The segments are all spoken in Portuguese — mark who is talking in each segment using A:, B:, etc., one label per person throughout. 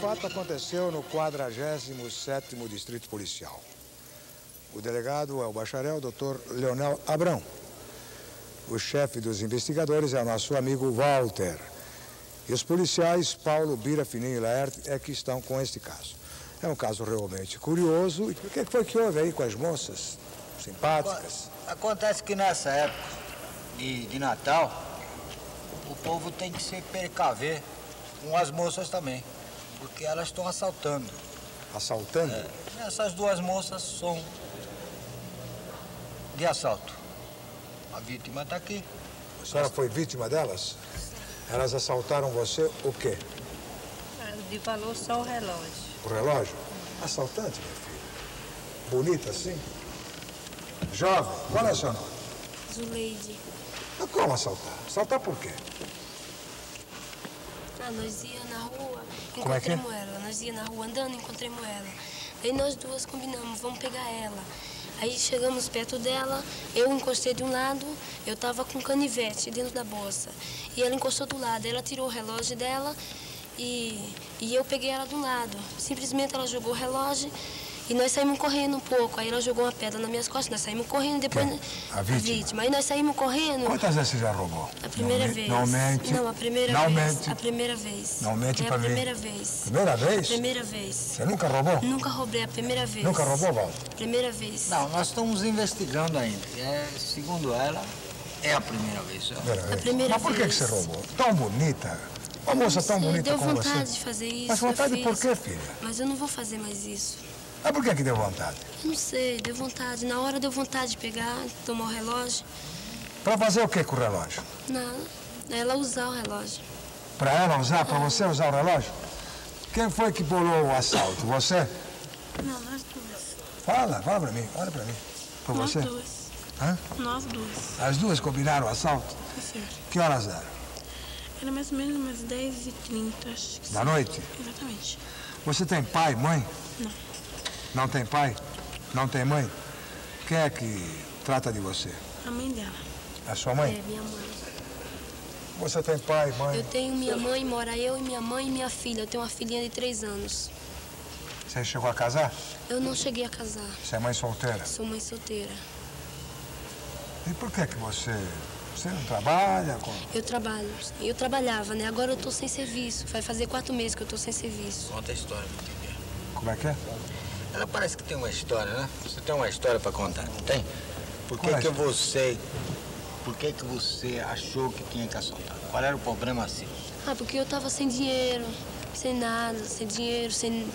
A: fato aconteceu no 47º Distrito Policial. O delegado é o bacharel Dr. Leonel Abrão. O chefe dos investigadores é o nosso amigo Walter. E os policiais Paulo, Bira, Fininho e Laerte é que estão com este caso. É um caso realmente curioso. E o que foi que houve aí com as moças simpáticas?
B: Acontece que nessa época de, de Natal, o povo tem que se percaver com as moças também, porque elas estão assaltando. É,
A: Assaltando?
B: Essas duas moças são de assalto. A vítima está aqui.
A: A senhora foi vítima delas? Elas assaltaram você o quê?
C: De valor só o relógio.
A: O relógio? Assaltante, minha filha. Bonita assim? Jovem, qual é o seu nome?
D: Zuleide.
A: Mas Como assaltar? Assaltar por quê?
D: Ah, nós íamos na rua,
A: Como é que é?
D: encontramos ela. Nós íamos na rua andando, encontramos ela. Aí nós duas combinamos, vamos pegar ela. Aí chegamos perto dela, eu encostei de um lado, eu tava com canivete dentro da bolsa. E ela encostou do lado, ela tirou o relógio dela e, e eu peguei ela de um lado. Simplesmente ela jogou o relógio e nós saímos correndo um pouco. Aí ela jogou uma pedra nas minhas costas, nós saímos correndo, depois.
A: Quem? A vítima?
D: Aí nós saímos correndo.
A: Quantas vezes você já roubou?
D: A primeira
A: não, me-
D: vez.
A: Não mente.
D: Não, a primeira
A: não
D: vez.
A: Mente.
D: A primeira vez.
A: Não mente
D: é
A: pra
D: a
A: mim.
D: primeira vez.
A: Primeira vez?
D: Primeira vez.
A: Você nunca roubou?
D: Nunca roubei a primeira vez.
A: Nunca roubou, Walter?
D: Primeira vez.
B: Não, nós estamos investigando ainda. É, segundo ela, é a primeira vez. ó.
A: Primeira vez.
D: É primeira
A: Mas por que que
D: vez.
A: você roubou? Tão bonita. Uma moça tão
D: Sim,
A: bonita
D: deu
A: como você.
D: vontade de fazer isso.
A: Mas vontade
D: eu
A: por
D: fiz.
A: quê, filha?
D: Mas eu não vou fazer mais isso.
A: Mas por que que deu vontade?
D: Eu não sei, deu vontade. Na hora deu vontade de pegar, tomar o relógio.
A: Pra fazer o que com o relógio?
D: Nada. Ela usar o relógio.
A: Pra ela usar? Pra você usar o relógio? Quem foi que bolou o assalto? Você?
C: Não, nós duas.
A: Fala, fala pra mim, olha pra mim. Foi você?
C: Nós duas.
A: Hã?
C: Nós duas.
A: As duas combinaram o assalto?
C: Tá certo.
A: Que horas é? era?
C: Era mais ou menos umas 10h30, acho que
A: Da
C: sim.
A: noite?
C: Exatamente.
A: Você tem pai, mãe? Não. Não tem pai? Não tem mãe? Quem é que trata de você?
C: A mãe dela.
A: A sua
D: É,
A: mãe?
D: minha mãe.
A: Você tem pai,
D: Eu
A: mãe?
D: tenho minha mãe, mora eu e minha mãe e minha filha. Eu tenho uma filhinha de três anos.
A: Você chegou a casar?
D: Eu não cheguei a casar.
A: Você é mãe solteira?
D: Sou mãe solteira.
A: E por que que você... Você não trabalha? com-
D: Eu trabalho. Eu trabalhava, né? Agora eu tô sem serviço. Vai fazer quatro meses que eu tô sem serviço.
B: Conta a história, meu entender.
A: Como é que é?
B: Ela parece que tem uma história, né? Você tem uma história pra contar, não tem? Por que,
A: Qual é a
B: que
A: história?
B: você. Por que, que você achou que tinha que assaltar? Qual era o problema assim?
D: Ah, porque eu tava sem dinheiro, sem nada, sem dinheiro, sem,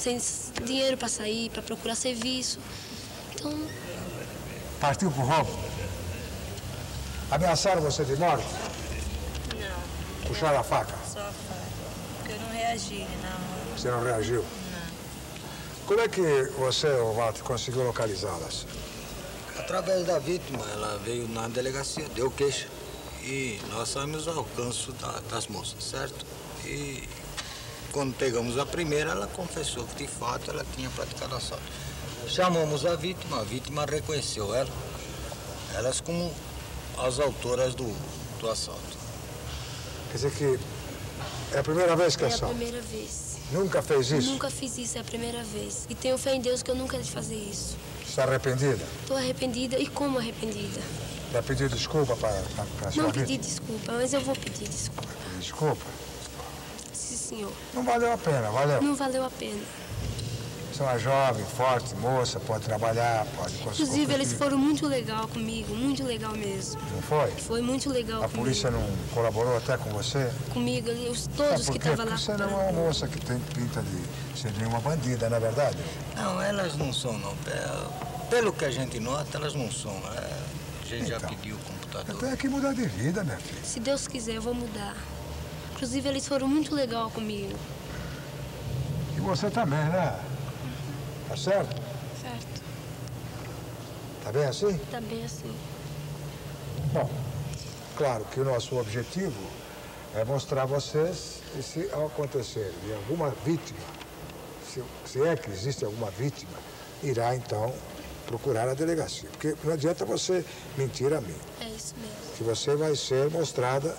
D: sem s- dinheiro pra sair, pra procurar serviço. Então,
A: Partiu pro roubo? Ameaçaram você de morte?
C: Não,
A: Puxaram a faca?
C: só a faca. Porque eu não reagi né, na hora.
A: Você não reagiu? Não. Como é que você, ô Walter, conseguiu localizá-las?
B: Através da vítima, ela veio na delegacia, deu queixa. E nós saímos ao alcance da- das moças, certo? E quando pegamos a primeira, ela confessou que de fato ela tinha praticado assalto. Chamamos a vítima, a vítima reconheceu ela, elas como as autoras do, do assalto.
A: Quer dizer que é a primeira vez que
D: é a
A: assalta.
D: primeira vez.
A: Nunca fez isso?
D: Nunca fiz isso, é a primeira vez. E tenho fé em Deus que eu nunca hei de fazer isso.
A: Está arrependida?
D: Tô arrependida e como arrependida.
A: Já pediu desculpa para a sua
D: Não
A: vida?
D: pedi desculpa, mas eu vou pedir desculpa.
A: Desculpa.
D: Sim, senhor.
A: Não valeu a pena, valeu.
D: Não valeu a pena.
A: Você é uma jovem, forte, moça, pode trabalhar, pode conseguir.
D: Inclusive, eles foram muito legal comigo, muito legal mesmo.
A: Não foi?
D: Foi muito legal
A: A
D: comigo.
A: polícia não colaborou até com você?
D: Comigo, ali, os,
A: Sabe
D: todos
A: por
D: que
A: quê? Porque
D: estavam lá.
A: você não é uma moça que tem pinta de ser nenhuma bandida, não é verdade?
B: Não, elas não são não. É, Pelo que a gente nota, elas não são. É, a gente já
A: Então.
B: pediu o computador.
A: Eu tenho que mudar de vida, né, minha filha.
D: Se Deus quiser, eu vou mudar. Inclusive, eles foram muito legal comigo.
A: E você também, né? Tá certo?
D: Certo.
A: Tá bem assim?
D: Tá bem assim.
A: Bom, claro que o nosso objetivo é mostrar a vocês que se ao acontecer de alguma vítima, se, se é que existe alguma vítima, irá então procurar a delegacia. Porque não adianta você mentir a mim,
D: É isso mesmo.
A: que você vai ser mostrada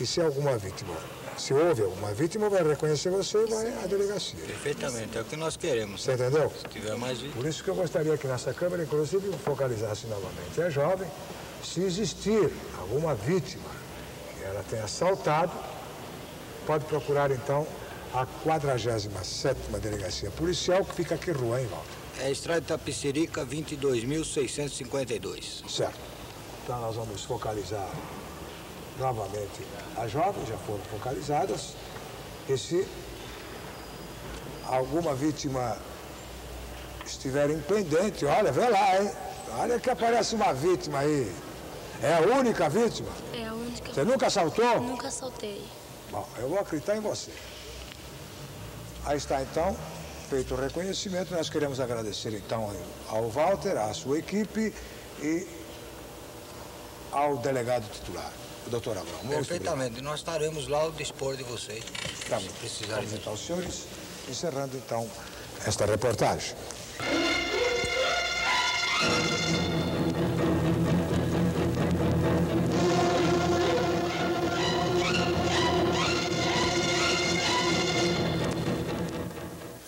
A: E se é alguma vítima, se houve alguma vítima, vai reconhecer você e vai à delegacia.
B: Perfeitamente, é o que nós queremos.
A: Você entendeu?
B: Se tiver é mais vítimas.
A: Por isso que eu gostaria que nessa Câmara, inclusive, focalizasse novamente a jovem. Se existir alguma vítima que ela tenha assaltado, pode procurar então a 47ª Delegacia Policial, que fica aqui rua, hein, Walter?
B: É a Estrada Tapicerica 22.652.
A: Certo. Então nós vamos focalizar novamente as jovens, já foram focalizadas. E se alguma vítima estiver pendente, olha, vê lá, hein? Olha que aparece uma vítima aí. É a única vítima?
D: É a única.
A: Você nunca assaltou?
D: Nunca saltei.
A: Bom, eu vou acreditar em você. Aí está então feito o reconhecimento. Nós queremos agradecer então ao Walter, à sua equipe e ao delegado titular, o doutor Abraão. Muito obrigado.
B: Perfeitamente, nós estaremos lá ao dispor de vocês.
A: Tá bom.
B: Se precisarem de
A: Vamos, então, senhores, encerrando então esta reportagem.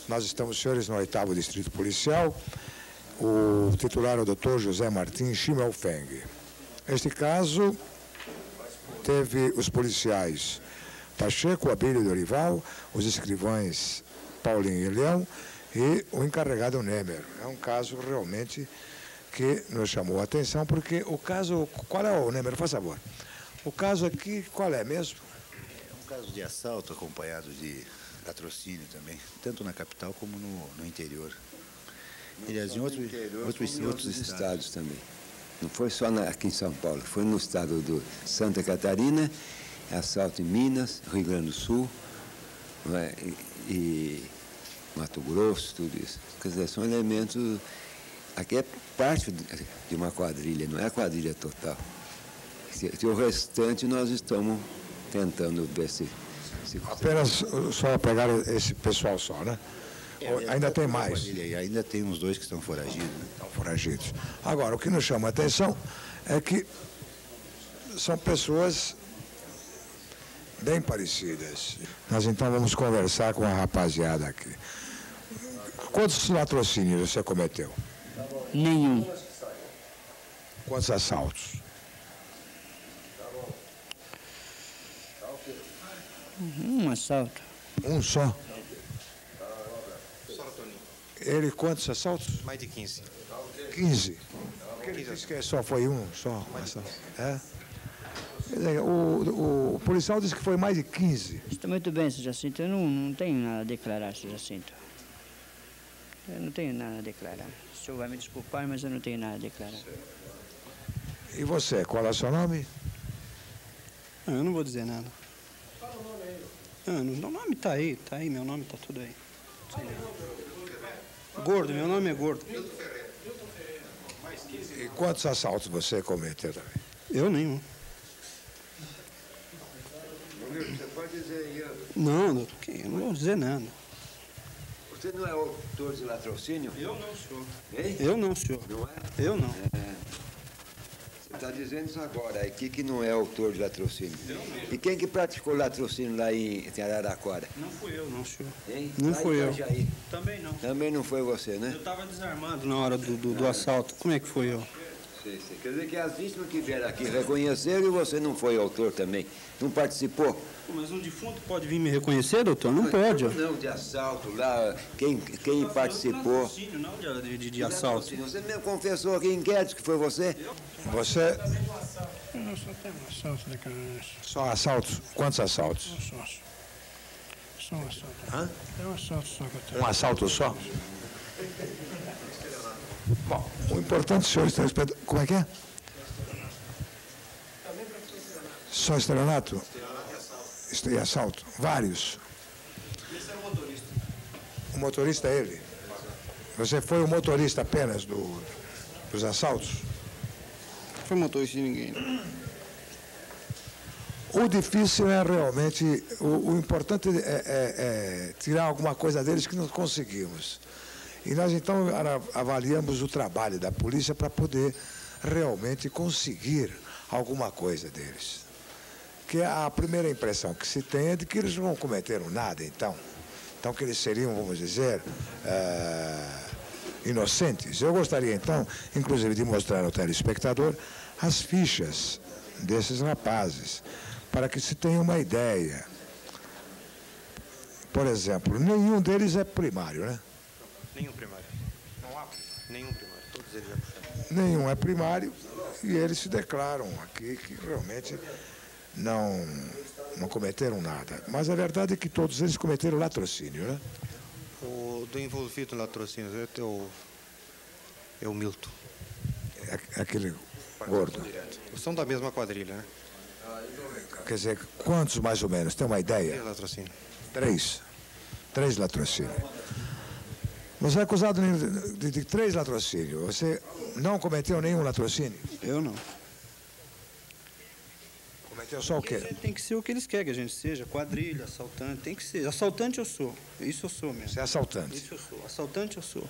A: Nós estamos, senhores, no oitavo distrito policial. O titular é o doutor José Martins Schimmelfeng. Este caso teve os policiais Pacheco, Abílio e Dorival, os escrivães Paulinho e Leão e o encarregado Nemer. É um caso realmente que nos chamou a atenção, porque o caso. Qual é o Nemer? Faz favor. O caso aqui, qual é mesmo?
E: Um caso de assalto acompanhado de latrocínio também, tanto na capital como no, no interior. Aliás, em outros, outros,
F: em outros estados também. Não foi só na- aqui em São Paulo, foi no estado do Santa Catarina, assalto em Minas, Rio Grande do Sul não é? e, e Mato Grosso, tudo isso. Quer dizer, são elementos. Aqui é parte de de uma quadrilha, não é a quadrilha total. Se- se O restante nós estamos tentando ver se. se
A: Apenas uh, só pegar esse pessoal só, né?
E: É,
A: Ou Ainda tem mais.
E: E é, ainda tem uns dois que estão foragidos. né?
A: estão foragidos. Agora, o que nos chama a atenção é que são pessoas bem parecidas. Nós então vamos conversar com a rapaziada aqui. Quantos latrocínios você cometeu?
G: Nenhum.
A: Quantos assaltos?
G: Um assalto.
A: Um só. Ele quantos assaltos?
H: Mais de 15.
A: 15. Ele disse que só foi um, só. Essa, é? Quer dizer, O, o policial disse que foi mais de 15.
G: Está muito bem, seu Jacinto. Eu não, não tenho nada a declarar, seu Jacinto. Eu não tenho nada a declarar. O senhor vai me desculpar, mas eu não tenho nada a declarar.
A: E você, qual é o seu nome?
I: Não, Ah, eu não vou dizer nada. Fala o nome aí. Não, o nome tá aí, tá aí, meu nome tá tudo aí. Gordo, meu nome é Gordo.
A: E quantos assaltos você cometeu também?
I: Eu nenhum. Não, doutor, que- eu não vou dizer nada.
F: Você não é autor de latrocínio?
I: Eu não, senhor.
F: Hein?
I: Eu não, senhor.
F: Não é?
I: Eu não.
F: Você está dizendo isso agora, aqui que não é autor de latrocínio. E quem que praticou latrocínio lá em em Araraquara?
I: Não fui eu, não, senhor.
F: Hein?
I: Não
F: Lá em
I: fui eu.
F: Itajaí.
I: Também não.
F: Também não foi você, né? Ah.
I: Eu tava desarmado na hora do, do, do assalto. Como é que foi eu?
F: Sei, sei. Quer dizer que é assim, as vítimas que vieram aqui reconheceram e você não foi autor também. Não participou?
I: Mas um defunto pode vir me reconhecer, doutor? Não pode. ó.
F: Não, de assalto lá. Quem, quem participou?
I: Latrocínio, Não é de, de, de assalto.
F: Você mesmo confessou aqui em Guedes que foi você?
A: Você,
J: Eu só tenho um assalto de
F: Hum.
J: caranjo,
A: só assaltos? Quantos assaltos?
J: um sócio. Só um assalto. É um assalto só que eu tenho.
A: Um assalto só? Bom, o importante, senhores telespectadores. Como é que é? Só estelionato? Este- E assalto? Vários. Esse é o motorista. O motorista é ele? Você foi o motorista apenas do- dos assaltos?
I: Foi motorista de ninguém. né?
A: O difícil é realmente, o, o importante é, é- é tirar alguma coisa deles que não conseguimos. E nós então ara- avaliamos o trabalho da polícia para poder realmente conseguir alguma coisa deles. que é a primeira impressão que se tem é de que eles não cometeram nada, então. Então, que eles seriam, vamos dizer, uh, inocentes. Eu gostaria, então, inclusive, de mostrar ao telespectador as fichas desses rapazes, para que se tenha uma ideia. Por exemplo, nenhum deles é primário, né?
B: Nenhum primário. Não há primário. Nenhum primário. Todos eles já puxaram.
A: Nenhum é primário e eles se declaram aqui que realmente não, não cometeram nada. Mas a verdade é que todos eles cometeram latrocínio, né?
B: O do envolvido em latrocínio é o, é o Milton.
A: É, aquele gordo.
B: São da mesma quadrilha, né?
A: Quer dizer, quantos mais ou menos? Tem uma ideia?
B: Três latrocínio.
A: Três. Três latrocínio. Você é acusado de, de, de três latrocínios. Você não cometeu nenhum latrocínio?
I: Eu não.
A: Cometeu só o quê?
I: Tem que ser o que eles querem que a gente seja, quadrilha, assaltante, tem que ser. Assaltante eu sou, isso eu sou mesmo.
A: Você é assaltante?
I: Isso eu sou, assaltante eu sou.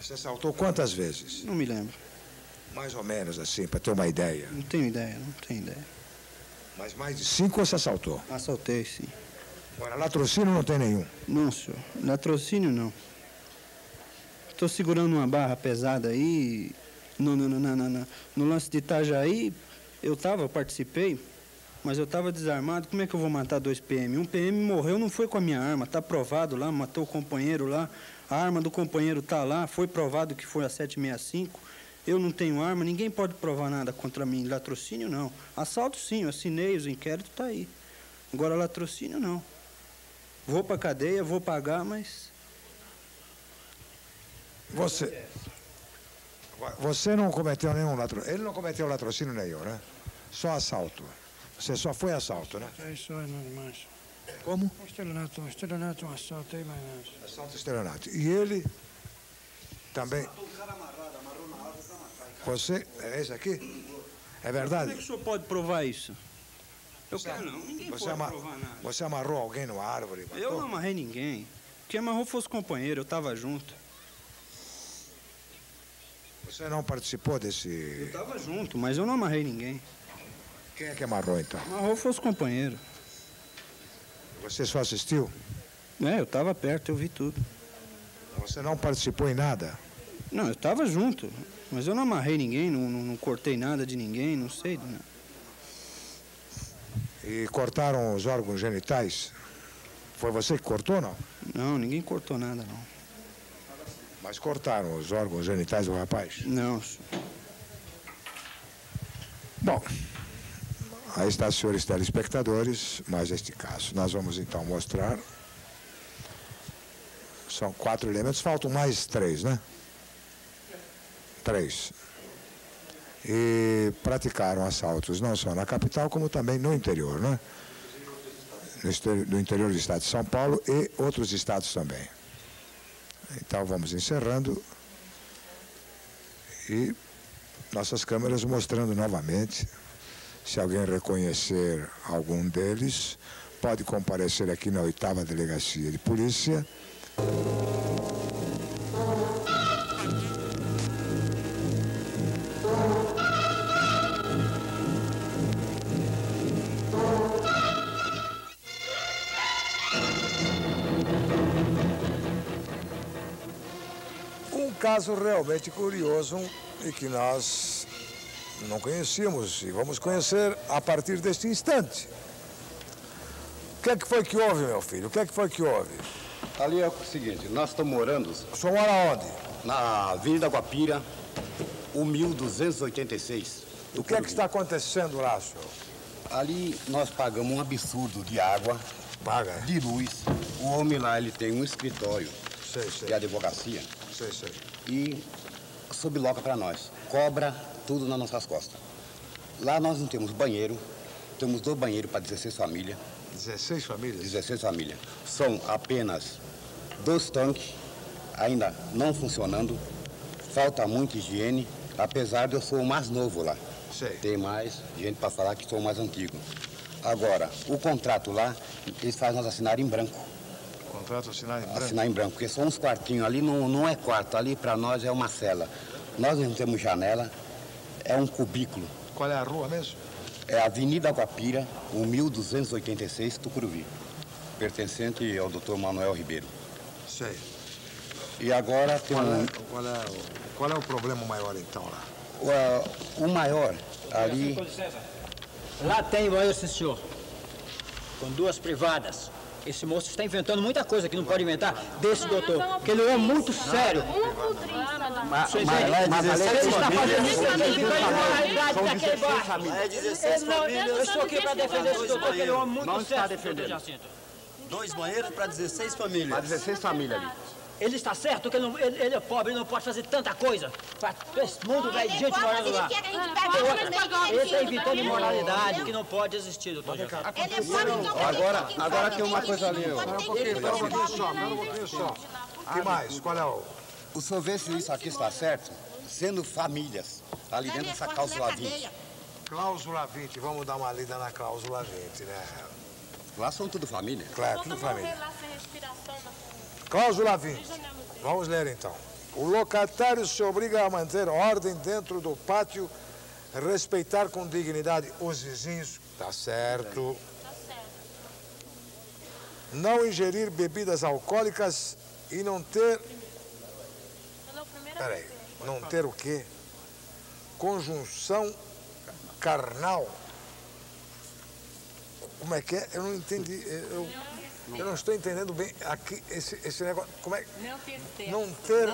A: Você assaltou quantas vezes?
I: Não me lembro.
A: Mais ou menos assim, para ter uma ideia.
I: Não tenho ideia, não tenho ideia.
A: Mas mais de cinco você assaltou?
I: Assaltei, sim.
A: Agora, latrocínio não tem nenhum?
I: Não, senhor. Latrocínio não. Estou segurando uma barra pesada aí. No, no, no, no, no, no lance de Itajaí, eu estava, participei, mas eu estava desarmado. Como é que eu vou matar dois PM? Um PM morreu, não foi com a minha arma. Está provado lá, matou o companheiro lá. A arma do companheiro está lá, foi provado que foi a 765. Eu não tenho arma, ninguém pode provar nada contra mim. Latrocínio, não. Assalto, sim, eu assinei, os inquéritos está aí. Agora, latrocínio, não. Vou para cadeia, vou pagar, mas.
A: Você. Você não cometeu nenhum latrocínio. Ele não cometeu latrocínio nenhum, né? Só assalto. Você só foi assalto, né?
K: Isso é mais.
A: Como?
K: Um estelionato, um estelionato, um assalto aí, mais nada.
A: Assalto estelionato. E ele também. Você, é esse aqui? É verdade?
I: Como é que o senhor pode provar isso? Eu
A: Você-
I: quero não, ninguém
A: você
I: pode
A: ama-
I: provar nada.
A: Você amarrou alguém numa árvore?
I: Eu
A: matou?
I: não amarrei ninguém. Quem amarrou foi os companheiros, eu estava junto.
A: Você não participou desse.
I: Estava junto, mas eu não amarrei ninguém.
A: Quem é que amarrou então?
I: Amarrou foi os companheiros.
A: Você só assistiu?
I: É, eu estava perto, eu vi tudo.
A: Você não participou em nada?
I: Não, eu estava junto, mas eu não amarrei ninguém, não, não- não cortei nada de ninguém, não sei. Não.
A: E cortaram os órgãos genitais? Foi você que cortou ou não?
I: Não, ninguém cortou nada, não.
A: Mas cortaram os órgãos genitais do rapaz?
I: Não, senhor.
A: Bom, aí está, senhores telespectadores, mais este caso. Nós vamos então mostrar. São quatro elementos, faltam mais três, né? Três. E praticaram assaltos não só na capital, como também no interior, né? No exterior- No interior do estado de São Paulo e outros estados também. Então vamos encerrando. E nossas câmeras mostrando novamente. Se alguém reconhecer algum deles, pode comparecer aqui na oitava delegacia de polícia. Um caso realmente curioso e que nós não conhecíamos e vamos conhecer a partir deste instante. O que é que foi que houve, meu filho? O que é que foi que houve?
J: Ali é o seguinte, nós estamos morando. O
A: senhor mora onde?
J: Na Avenida Guapira, 1286.
A: O que é que está acontecendo lá, senhor?
J: Ali nós pagamos um absurdo de água.
A: Paga? é?
J: De luz. O homem lá, ele tem um escritório de advocacia.
A: Sei, sei.
J: E subloca para nós. Cobra tudo nas nossas costas. Lá nós não temos banheiro. Temos dois banheiros para 16 famílias.
A: 16 famílias?
J: 16 famílias. São apenas dois tanques ainda não funcionando. Falta muita higiene, apesar de eu ser o mais novo lá. Tem mais gente para falar que sou o mais antigo. Agora, o contrato lá, eles fazem nós assinar em branco.
A: Contrato assinado em
J: Assinar em branco, porque são uns quartinhos ali, não, não é quarto, ali para nós é uma cela. Nós não temos janela, é um cubículo.
A: Qual é a rua mesmo?
J: é Avenida Guapira, 1286, Tucuruvi, pertencente ao Dr. Manuel Ribeiro.
A: Sei.
J: E agora tem
A: Qual
J: um,
A: é, qual é o- qual é o problema maior então lá?
J: o, o maior ali.
L: Lá tem banheiro, sim, senhor. Com duas privadas. Esse moço está inventando muita coisa que não pode inventar desse doutor, porque ele é muito sério.
M: Um
E: Mas,
L: Vocês aí, é você está fazendo isso para modificar a moralidade
E: São
L: daquele
E: 16
L: bairro.
E: famílias. É 16
L: Ele não-
E: famílias.
L: Eu estou aqui para defender esse doutor, porque ele é um homem muito
E: Não
L: sério.
E: está defendendo.
L: doutor Jacinto.
E: Dois banheiros para 16 famílias. Para 16 famílias ali.
L: Ele está certo que ele, não- ele- ele é pobre, ele não pode fazer tanta coisa. Para esse mundo velho de gente morando lá. Tem outra. Ele está evitando imoralidade que não pode existir, doutor
N: é
L: Jacinto.
N: Agora, agora então tem uma coisa ali. ó.
A: Espera um pouquinho só, espera um pouquinho só.
J: que mais? Qual é o. O senhor vê se isso aqui está certo? Sendo famílias, tá ali dentro dessa
N: é
J: cláusula 20.
A: Cláusula 20, vamos dar uma lida na cláusula 20, né?
J: Lá são tudo família?
A: Claro, tudo família. Cláusula 20. Vamos ler então. O locatário se obriga a manter ordem dentro do pátio, respeitar com dignidade os vizinhos, tá certo. Não ingerir bebidas alcoólicas e não ter. Peraí, não ter o quê? Conjunção carnal. Como é que é? Eu não entendi. Eu, eu não estou entendendo bem aqui esse, esse negócio. Como é?
M: Não ter sexo.
A: Não ter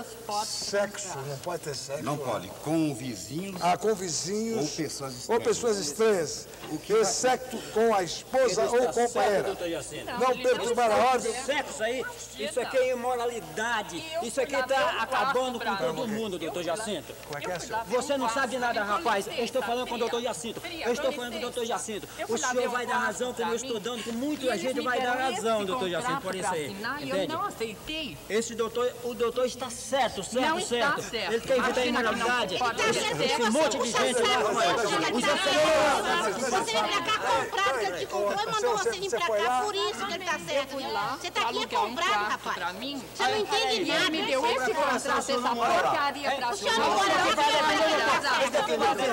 A: sexo, não pode ter sexo.
J: Não pode. Com vizinhos.
A: Ah, com vizinhos.
J: Ou pessoas
A: Ou
J: estranhas.
A: pessoas estranhas. Exceto com a esposa
L: Ele
A: ou
L: está certo,
A: companheira.
L: doutor Jacinto.
A: Não perturbar a ordem.
L: Sexo aí, isso aqui é imoralidade. Isso aqui
M: um
L: está acabando com todo mundo, doutor Jacinto.
A: é
L: Você não sabe de nada, rapaz. Eu estou falando com o doutor Jacinto. Eu estou falando com o doutor Jacinto. O
M: um
L: senhor vai dar razão como eu estou dando, com muita gente vai dar razão, doutor Jacinto, por isso aí.
M: assim, Eu
L: Entende?
M: não aceitei.
L: Esse doutor, o doutor está certo, certo,
M: Não está
L: certo.
M: certo.
L: Ele tem vida
M: Imagina
L: em
M: que não
L: imoralidade.
M: pode.
L: Esse
M: Ele é
L: esse
M: certo,
L: monte de
M: você
L: gente
M: é certo,
L: lá. tá
M: você é um
L: Os
M: certo.
L: afiliados.
O: Você veio pra cá comprado, que ele
L: um
O: te comprou e mandou você vir pra cá, por isso que ele tá certo. Você tá aqui é comprado, rapaz. Você não entende nada.
M: Me deu esse contrato, essa porcaria pra
O: O senhor não mora lá, você mora lá.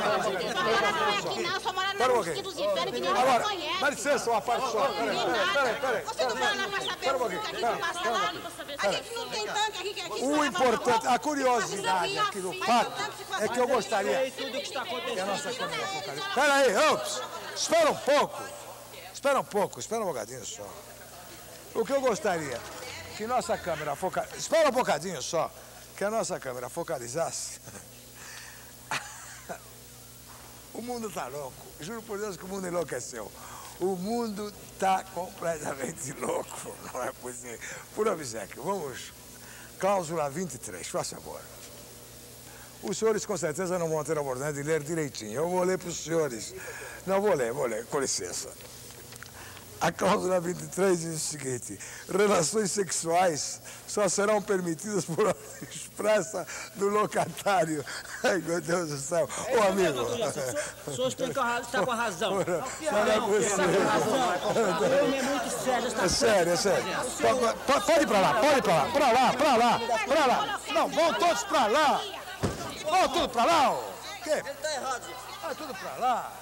O: Só mora não é aqui não, só mora na
A: Pera um
O: música
A: pouquinho.
O: dos infernos, que ninguém
A: Agora,
O: conhece.
A: dá licença, uma parte só. Peraí, peraí, peraí. um
O: Você não mora lá pra saber o que a gente passa lá. A gente não tem tanque aqui que
L: É
O: aqui
A: O importante, a curiosidade aqui do fato é que eu gostaria. É
L: Tudo que está acontecendo.
A: Pera aí, ups, espera um pouco. Espera um pouco, espera um bocadinho só. O que eu gostaria que nossa câmera focalizasse. Espera um bocadinho só, que a nossa câmera focalizasse. O mundo tá louco. Juro por Deus que o mundo enlouqueceu. O mundo tá completamente louco. Não é possível. Por obsequio, vamos. Cláusula 23, faça favor. Os senhores com certeza não vão ter a oportunidade de ler direitinho. Eu vou ler para os senhores. Não, vou ler, vou ler, com licença. A cláusula 23 diz o seguinte: relações sexuais só serão permitidas por ordem expressa do locatário. Ai, meu Deus do céu. Ô,
L: é
A: amigo.
L: O senhor tem com a ra- está com a razão.
A: Não,
L: Não,
A: não é
L: está com a razão. né? O homem é muito sério. está
A: É sério, é sério. Po- po- Pode ir pra lá, pode ir pra lá, pra lá, pra lá, pra lá. Não, vão todos pra lá. Vão tudo pra lá, ô. Que
E: Tá errado, gente.
A: Vai tudo pra lá.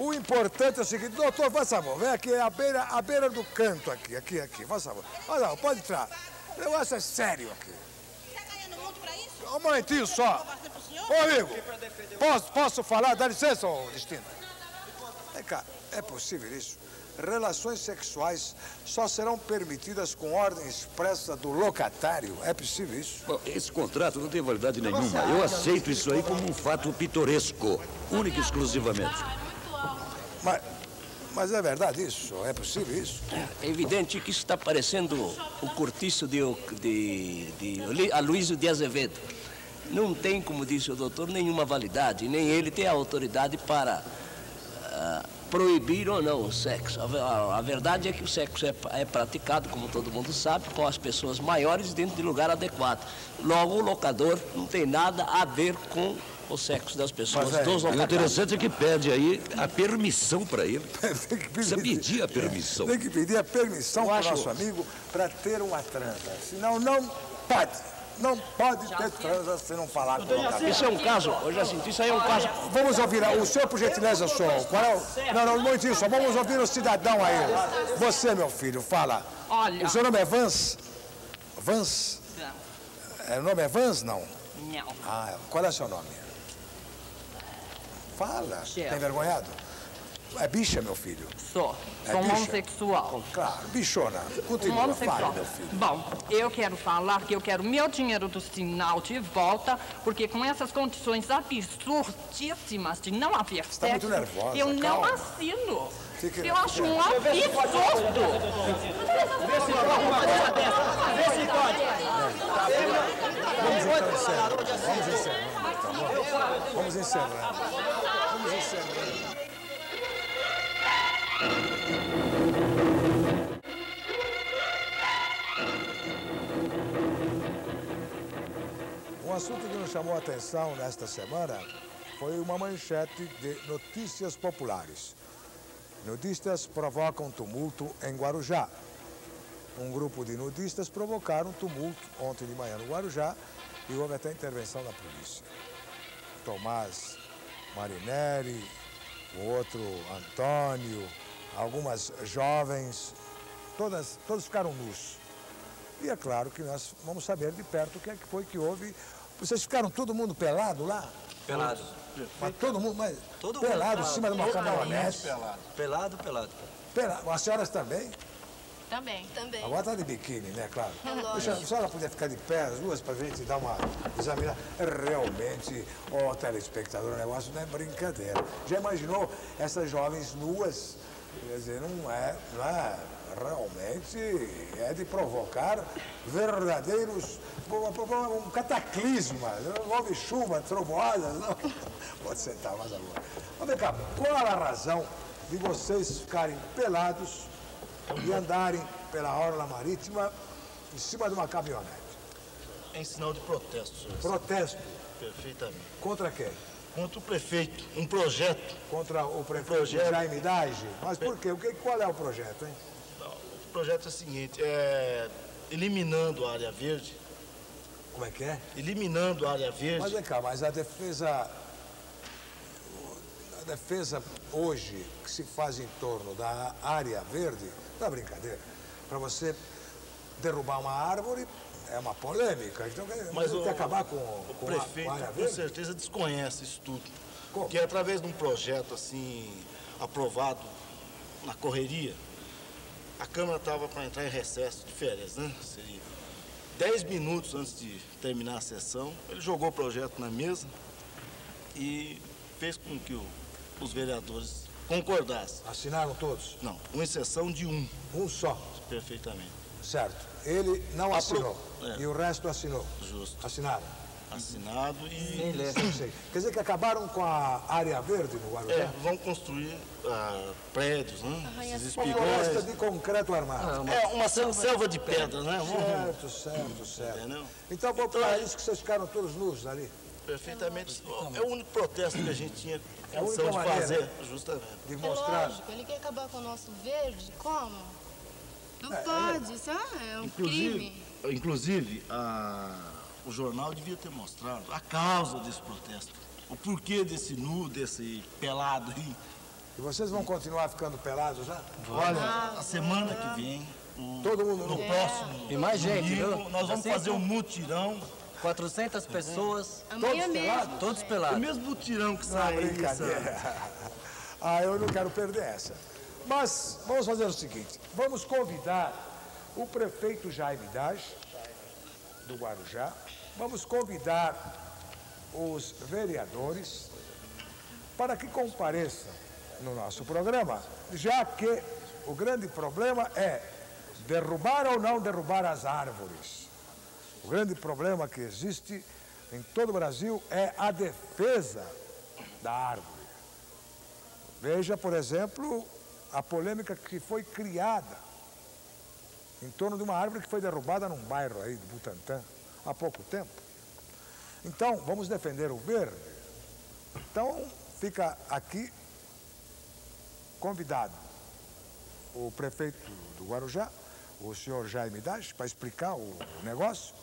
A: O importante é o seguinte, doutor, faz favor, vem aqui, é à beira, à beira do canto aqui, aqui, aqui, faz favor. Olha lá, pode entrar. O negócio é sério aqui. Um momentinho só. Ô, amigo, posso, posso falar? Dá licença, ô Destino. Vem cá, é possível isso? Relações sexuais só serão permitidas com ordem expressa do locatário? É possível isso?
P: Bom, esse contrato não tem validade nenhuma. Eu aceito isso aí como um fato pitoresco, único e exclusivamente.
A: Mas, mas é verdade isso? É possível isso?
Q: É evidente que isso está parecendo o cortiço de, O- de, de Oli- Aloysio de Azevedo. Não tem, como disse o doutor, nenhuma validade, nem ele tem a autoridade para ah, proibir ou não o sexo. A, ve- a- a verdade é que o sexo é, pa- é praticado, como todo mundo sabe, com as pessoas maiores dentro de lugar adequado. Logo, o locador não tem nada a ver com o sexo das pessoas,
A: é,
Q: dos
P: o
Q: locatários.
P: interessante é que pede aí a permissão para ele. Precisa pedir a permissão.
A: Tem que pedir a permissão
P: Eu
A: para o
P: acho-
A: nosso amigo para ter uma transa. Senão, não pode. Não pode ter transa se não falar com o locador.
P: Isso é um caso, ô Jacinto, isso aí é um caso.
A: Vamos ouvir, o senhor, por gentileza, senhor. Qual é o... Não, não, muito isso. Vamos ouvir o cidadão aí. Você, meu filho, fala.
O: Olha.
A: O seu nome é Vans? Vans?
O: Não.
A: É, o nome é Vans? Não.
O: Não.
A: Ah, qual é o seu nome? Fala.
O: Chefe.
A: Tem vergonhado? É bicha, meu filho.
O: Sou.
A: É
O: Sou um
A: bicha?
O: homossexual.
A: Claro, bichona.
O: Um
A: Continua,
O: homossexual.
A: fale, meu filho.
O: Bom, eu quero falar que eu quero meu dinheiro do sinal de volta, porque com essas condições absurdíssimas de não haver sexo,
A: tá muito nervosa,
O: eu não
A: calma.
O: assino.
A: Fique-
O: Eu acho um
A: Deixa eu ver se pode fazer uma
O: absurdo.
R: Vê se pode uma coisa dessa. Vê se pode.
A: Vamos então encerrar. Vamos encerrar, tá bom? Vamos encerrar. Vamos encerrar. Um assunto que nos chamou a atenção nesta semana foi uma manchete de notícias populares. Nudistas provocam tumulto em Guarujá. Um grupo de nudistas provocaram tumulto ontem de manhã no Guarujá e houve até intervenção da polícia. Tomás Marinelli, o outro Antônio, algumas jovens, todas, todos ficaram nus. E é claro que nós vamos saber de perto o que é que foi que houve. Vocês ficaram todo mundo pelado lá?
B: Pelado.
A: Mas todo mundo, mas
B: Todo mundo
A: pelado em cima de uma
B: Todo mundo
A: caminhonete.
B: Pelado, pelado. pelado.
A: Pelado. As senhoras também?
D: Também. Também.
A: Agora está de biquíni, né, claro?
D: É lógico.
A: Deixa, se a senhora puder ficar de pé as duas para a gente dar uma examinada. Realmente, ó telespectador, o negócio não é brincadeira. Já imaginou essas jovens nuas? Quer dizer, não é, não é realmente é de provocar verdadeiros um cataclisma. Não Houve chuva, trovoadas, não. Pode sentar mais agora. Mas vem cá, qual a razão de vocês ficarem pelados e andarem pela orla marítima em cima de uma caminhonete.
S: Em sinal de protesto, senhor.
A: Protesto.
S: Perfeitamente.
A: Contra quem?
S: Contra o prefeito. Um projeto. Um
A: Contra o prefeito
S: projeto.
A: Jaime Dage? Mas por quê? O que, qual é o projeto, hein?
S: Não, o projeto é o seguinte, é eliminando a área verde.
A: Como é que é?
S: Eliminando a área verde.
A: Mas vem cá, mas a defesa. A defesa hoje que se faz em torno da área verde, dá brincadeira. Para você derrubar uma árvore é uma polêmica. Então, quer
S: Mas
A: tem
S: o-
A: que acabar com,
S: O
A: com a-
S: prefeito,
A: com a área
S: com
A: verde?
S: certeza, desconhece isso tudo. Porque através de um projeto assim, aprovado na correria, a Câmara estava para entrar em recesso de férias, né? Seria. Dez minutos antes de terminar a sessão, ele jogou o projeto na mesa e fez com que o- os vereadores concordassem.
A: Assinaram todos?
S: Não, com exceção de um.
A: Um só?
S: Perfeitamente.
A: Certo. Ele não
S: Apro-
A: assinou.
S: É.
A: E o resto assinou.
S: Justo.
A: Assinaram.
S: Assinado e...
A: Nem lembro, não sei. Quer dizer que acabaram com a área verde no Guarujá?
S: É, vão construir ah, prédios, né? Esses
A: é Uma
S: espigões.
A: floresta de concreto armado.
S: É, uma selva, selva de pedra, né? Vamos-
A: Certo, certo, certo.
S: Entendeu?
A: Então, foi para isso que vocês ficaram todos nus ali.
S: Perfeitamente. É o único protesto que a gente tinha
A: É a única
S: condição de
A: maneira né?
S: fazer, justamente.
A: De
T: É lógico, ele quer acabar com o nosso verde, como? Não
A: é.
T: pode, isso é um
S: Inclusive,
T: crime.
S: inclusive a- o jornal devia ter mostrado a causa desse protesto. O porquê desse nu, desse pelado aí.
A: E vocês vão continuar ficando pelados já?
S: Olha, a semana que vem,
A: Todo mundo
S: no
A: nu.
S: próximo
A: tá E mais gente,
S: domingo,
A: viu?
S: nós vamos
A: Tá
S: fazer
A: certo?
S: um mutirão. 400 pessoas,
A: Amanhã todos mesmo. pelados?
S: Todos pelados. O mesmo mutirão que
A: Não,
S: saiu.
A: brincadeira. Ah, eu não quero perder essa. Mas vamos fazer o seguinte: vamos convidar o prefeito Jaime Dage, do Guarujá, vamos convidar os vereadores para que compareçam no nosso programa, já que o grande problema é derrubar ou não derrubar as árvores. O grande problema que existe em todo o Brasil é a defesa da árvore. Veja, por exemplo, a polêmica que foi criada em torno de uma árvore que foi derrubada num bairro aí de Butantã há pouco tempo. Então, vamos defender o verde. Então, fica aqui convidado o prefeito do Guarujá, o senhor Jaime Dash, para explicar o negócio.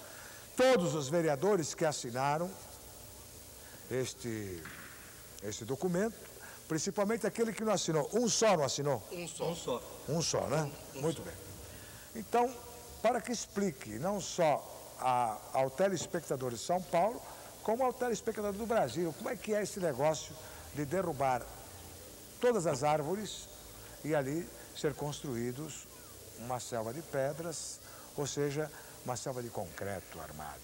A: todos os vereadores que assinaram este, este documento, principalmente aquele que não assinou. Um só não assinou?
B: Um só. Um só.
A: Um só, né? Muito bem. Então, para que explique não só a- ao telespectador de São Paulo, como ao telespectador do Brasil, como é que é esse negócio de derrubar todas as árvores e ali ser construídos uma selva de pedras, ou seja, uma selva de concreto armado.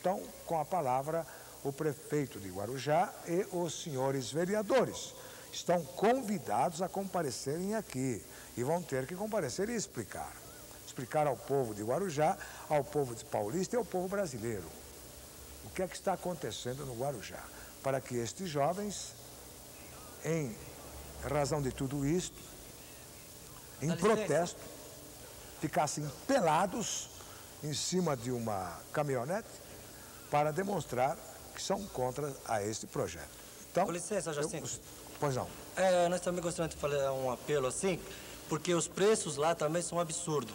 A: Então, com a palavra, o prefeito de Guarujá e os senhores vereadores estão convidados a comparecerem aqui e vão ter que comparecer e explicar. Explicar ao povo de Guarujá, ao povo de Paulista e ao povo brasileiro o que é que está acontecendo no Guarujá, para que estes jovens, em razão de tudo isto, em protesto, ficassem pelados em cima de uma caminhonete para demonstrar que são contra a este projeto. Então,
U: Com licença, Jacinto.
A: pois não.
U: É, nós também gostaríamos de fazer um apelo assim, porque os preços lá também são um absurdo,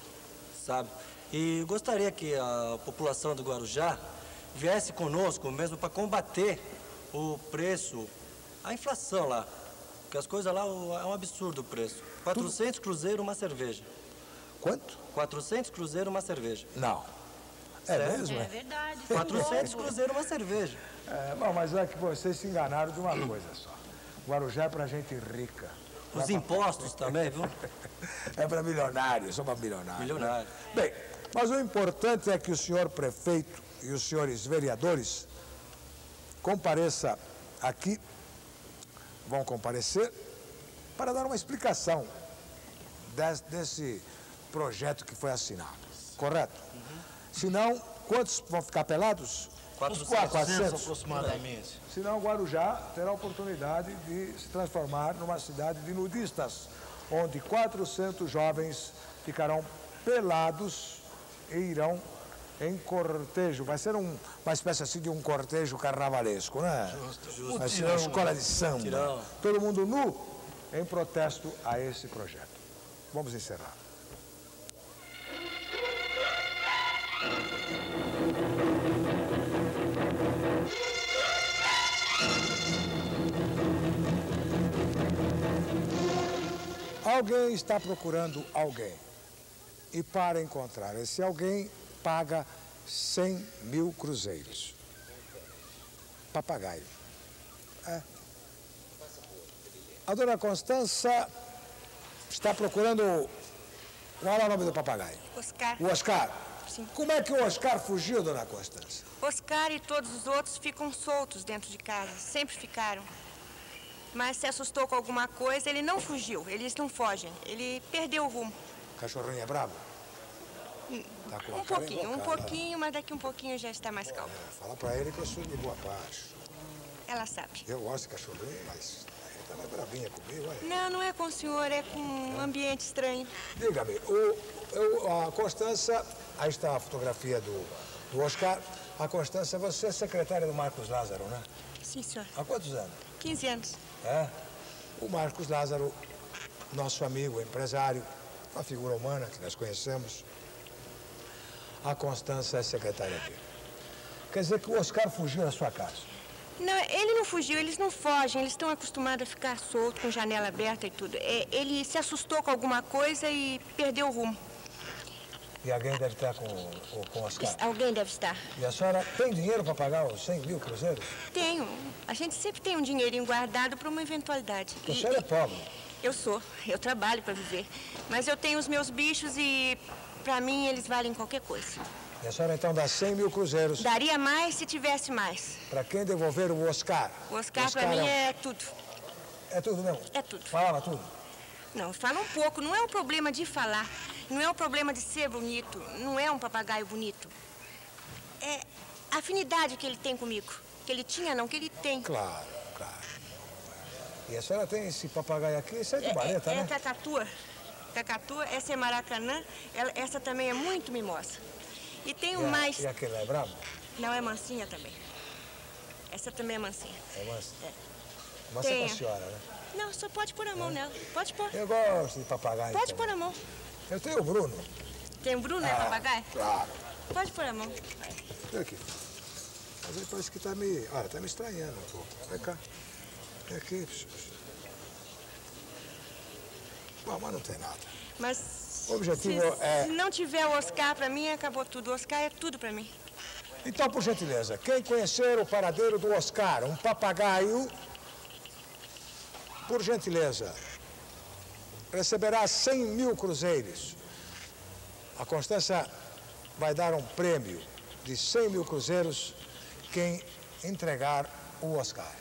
U: sabe? E gostaria que a população do Guarujá viesse conosco mesmo para combater o preço, a inflação lá. Porque as coisas lá o- é um absurdo o preço. 400 cruzeiro uma cerveja.
A: Quanto?
U: 400 cruzeiro uma cerveja.
A: Não. É mesmo, é? É
U: verdade. 400 cruzeiro uma cerveja.
A: É, bom, mas é que vocês se enganaram de uma coisa só. Guarujá é para gente rica.
U: Os impostos também, viu?
A: É para milionários, só para milionários.
U: Milionário.
A: Bem, mas o importante é que o senhor prefeito e os senhores vereadores compareça aqui, vão comparecer, para dar uma explicação des- desse projeto que foi assinado. Correto? Senão, quantos vão ficar pelados? Os 400.
S: aproximadamente.
A: Senão É. Guarujá terá a oportunidade de se transformar numa cidade de nudistas, onde 400 jovens ficarão pelados e irão em cortejo. Vai ser um- uma espécie assim de um cortejo carnavalesco, né?
B: Justo, justo.
A: Vai ser uma
B: Mutirão,
M: né?
A: escola de samba.
B: mutirão.
A: Todo mundo nu em protesto a esse projeto. Vamos encerrar. Alguém está procurando alguém. E para encontrar esse alguém, paga 100 mil cruzeiros. Papagaio. É. A dona Constança está procurando. Qual é o nome do papagaio?
V: Oscar.
A: O Oscar. Como é que o Oscar fugiu, dona Constança?
V: Oscar e todos os outros ficam soltos dentro de casa, sempre ficaram. Mas se assustou com alguma coisa, ele não fugiu, eles não fogem, ele perdeu o rumo.
A: Cachorrinho é brabo? Tá com a
V: Um
A: cara né?
V: pouquinho, um
A: embocada.
V: pouquinho, mas daqui um pouquinho já está mais calmo.
A: Fala pra ele que eu sou de boa parte.
V: Ela sabe.
A: Eu gosto de cachorrinho, mas ele tá mais bravinha comigo, olha.
V: Não, não é com o senhor, é com um ambiente estranho.
A: Diga-me, o- o- a Constança, aí está a fotografia do, do Oscar. A Constança, você é secretária do Marcos Lázaro, né?
V: Sim, senhor.
A: Há quantos anos?
V: 15 anos.
A: É? O Marcos Lázaro, nosso amigo, empresário, uma figura humana que nós conhecemos. A Constança é secretária dele. Quer dizer que o Oscar fugiu da sua casa.
V: Não, ele não fugiu, eles não fogem, eles estão acostumados a ficar solto, com janela aberta e tudo. É, ele se assustou com alguma coisa e perdeu o rumo.
A: E alguém deve estar com o com o Oscar.
V: Alguém deve estar.
A: E a senhora tem dinheiro para pagar os 100 mil cruzeiros?
V: Tenho. A gente sempre tem um dinheirinho guardado para uma eventualidade.
A: Porque a
V: E-
A: senhora é pobre.
V: eu sou, eu trabalho para viver. Mas eu tenho os meus bichos e para mim eles valem qualquer coisa.
A: E a senhora então dá 100 mil cruzeiros
V: Daria mais se tivesse mais.
A: para quem devolver o Oscar.
V: O Oscar, para mim
A: um-
V: é tudo.
A: É tudo mesmo?
V: É tudo.
A: Falava tudo.
V: Não, fala um pouco. Não é um problema de falar. Não é um problema de ser bonito. Não é um papagaio bonito. É a afinidade que ele tem comigo. Que ele tinha, não, que ele tem.
A: Claro, claro. E a senhora tem esse papagaio aqui, isso é de
V: É,
A: vareta,
V: é, é
A: né?
V: cacatua. Cacatua, essa é maracanã, ela- essa também é muito mimosa. E tem
A: E
V: um
A: a-
V: mais.
A: E aquele lá é brabo?
V: Não, é mansinha também. Essa também é mansinha.
A: É mansa?
V: É.
A: Mansa
V: Tem.
A: com a senhora, né?
V: Não, só pode pôr a mão nela. Pode pôr.
A: É? Eu gosto de papagaio.
V: Pode
A: também.
V: pôr a mão.
A: Eu tenho o Bruno.
V: Tem o Bruno, é papagaio?
A: Ah, Claro.
V: Pode pôr a mão.
A: Vem aqui. Mas ele parece que está me. Olha, está me estranhando um pouco. Vem cá. Vem aqui. Bom, mas não tem nada.
V: Mas
A: O objetivo
V: se,
A: é-
V: se não tiver o Oscar pra mim, acabou tudo. O Oscar é tudo pra mim.
A: Então, por gentileza, quem conhecer o paradeiro do Oscar, um papagaio, por gentileza, receberá 100 mil cruzeiros. A Constância vai dar um prêmio de 100 mil cruzeiros quem entregar o Oscar.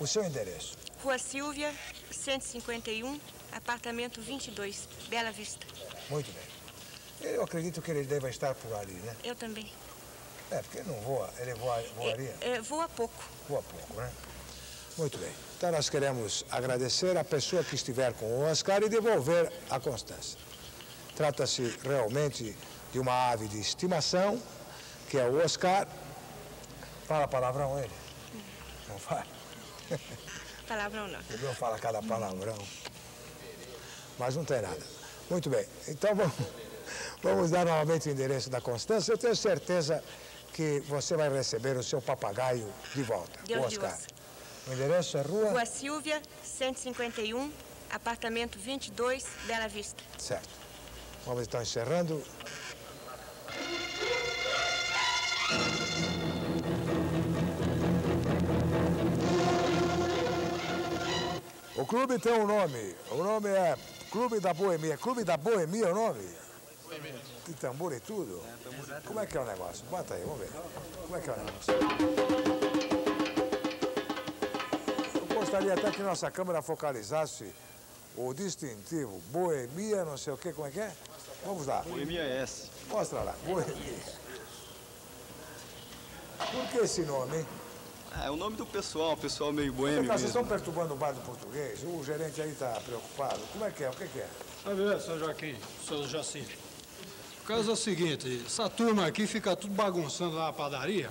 A: O seu endereço.
V: Rua Silvia, 151, apartamento 22, Bela Vista.
A: Muito bem. Eu acredito que ele deva estar por ali, né?
V: Eu também.
A: É, porque ele não voa, ele voa, voaria.
V: É, voa pouco.
A: Boa pouco, né? Muito bem. Então nós queremos agradecer a pessoa que estiver com o Oscar e devolver a Constância. Trata-se realmente de uma ave de estimação, que é o Oscar. Fala palavrão ele. Não fala.
V: Palavrão não.
A: Ele não fala cada palavrão. Mas não tem nada. Muito bem. Então vamos, vamos dar novamente o endereço da Constância. Eu tenho certeza que você vai receber o seu papagaio de volta.
V: Deus de
A: Oscar.
V: ouça.
A: O endereço é rua.
V: Rua Silvia, 151, apartamento 22, Bela Vista.
A: Certo. Vamos então encerrando. O clube tem um nome. O nome é Clube da Boemia. Clube da Boemia é o nome? Tem tambor e tudo? Como é que é o negócio? Bota aí, vamos ver. Como é que é o negócio? Eu gostaria até que nossa câmera focalizasse o distintivo Boemia, não sei o que, como é que é? Vamos lá.
C: Boemia é esse.
A: Mostra lá, Boemia. Por que esse nome? hein?
C: Ah, É o nome do pessoal, pessoal meio
A: Vem cá,
C: boêmio
A: Vocês
C: mesmo.
A: estão perturbando o bar do português? O gerente aí está preocupado. Como é que é? O que que é?
E: Vai ver, seu Joaquim, seu Jacinto. O caso é o seguinte, essa turma aqui fica tudo bagunçando lá na padaria.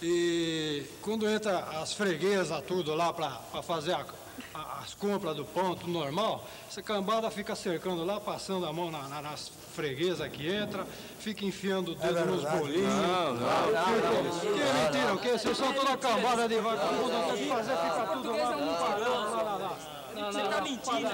E: E quando entra as freguesas, tudo lá para fazer a-
J: Ah,
E: a- as compras do pão, tudo normal, essa cambada fica cercando lá, passando a mão na- na- nas freguesas que entra, fica enfiando o dedo nos bolinhos.
C: É Não, não, não, não.
E: Que mentira, o quê? Vocês são toda cambada de vai, quando eu tenho que fazer, fica tudo lá, lá, lá, lá, lá. Você tá mentindo,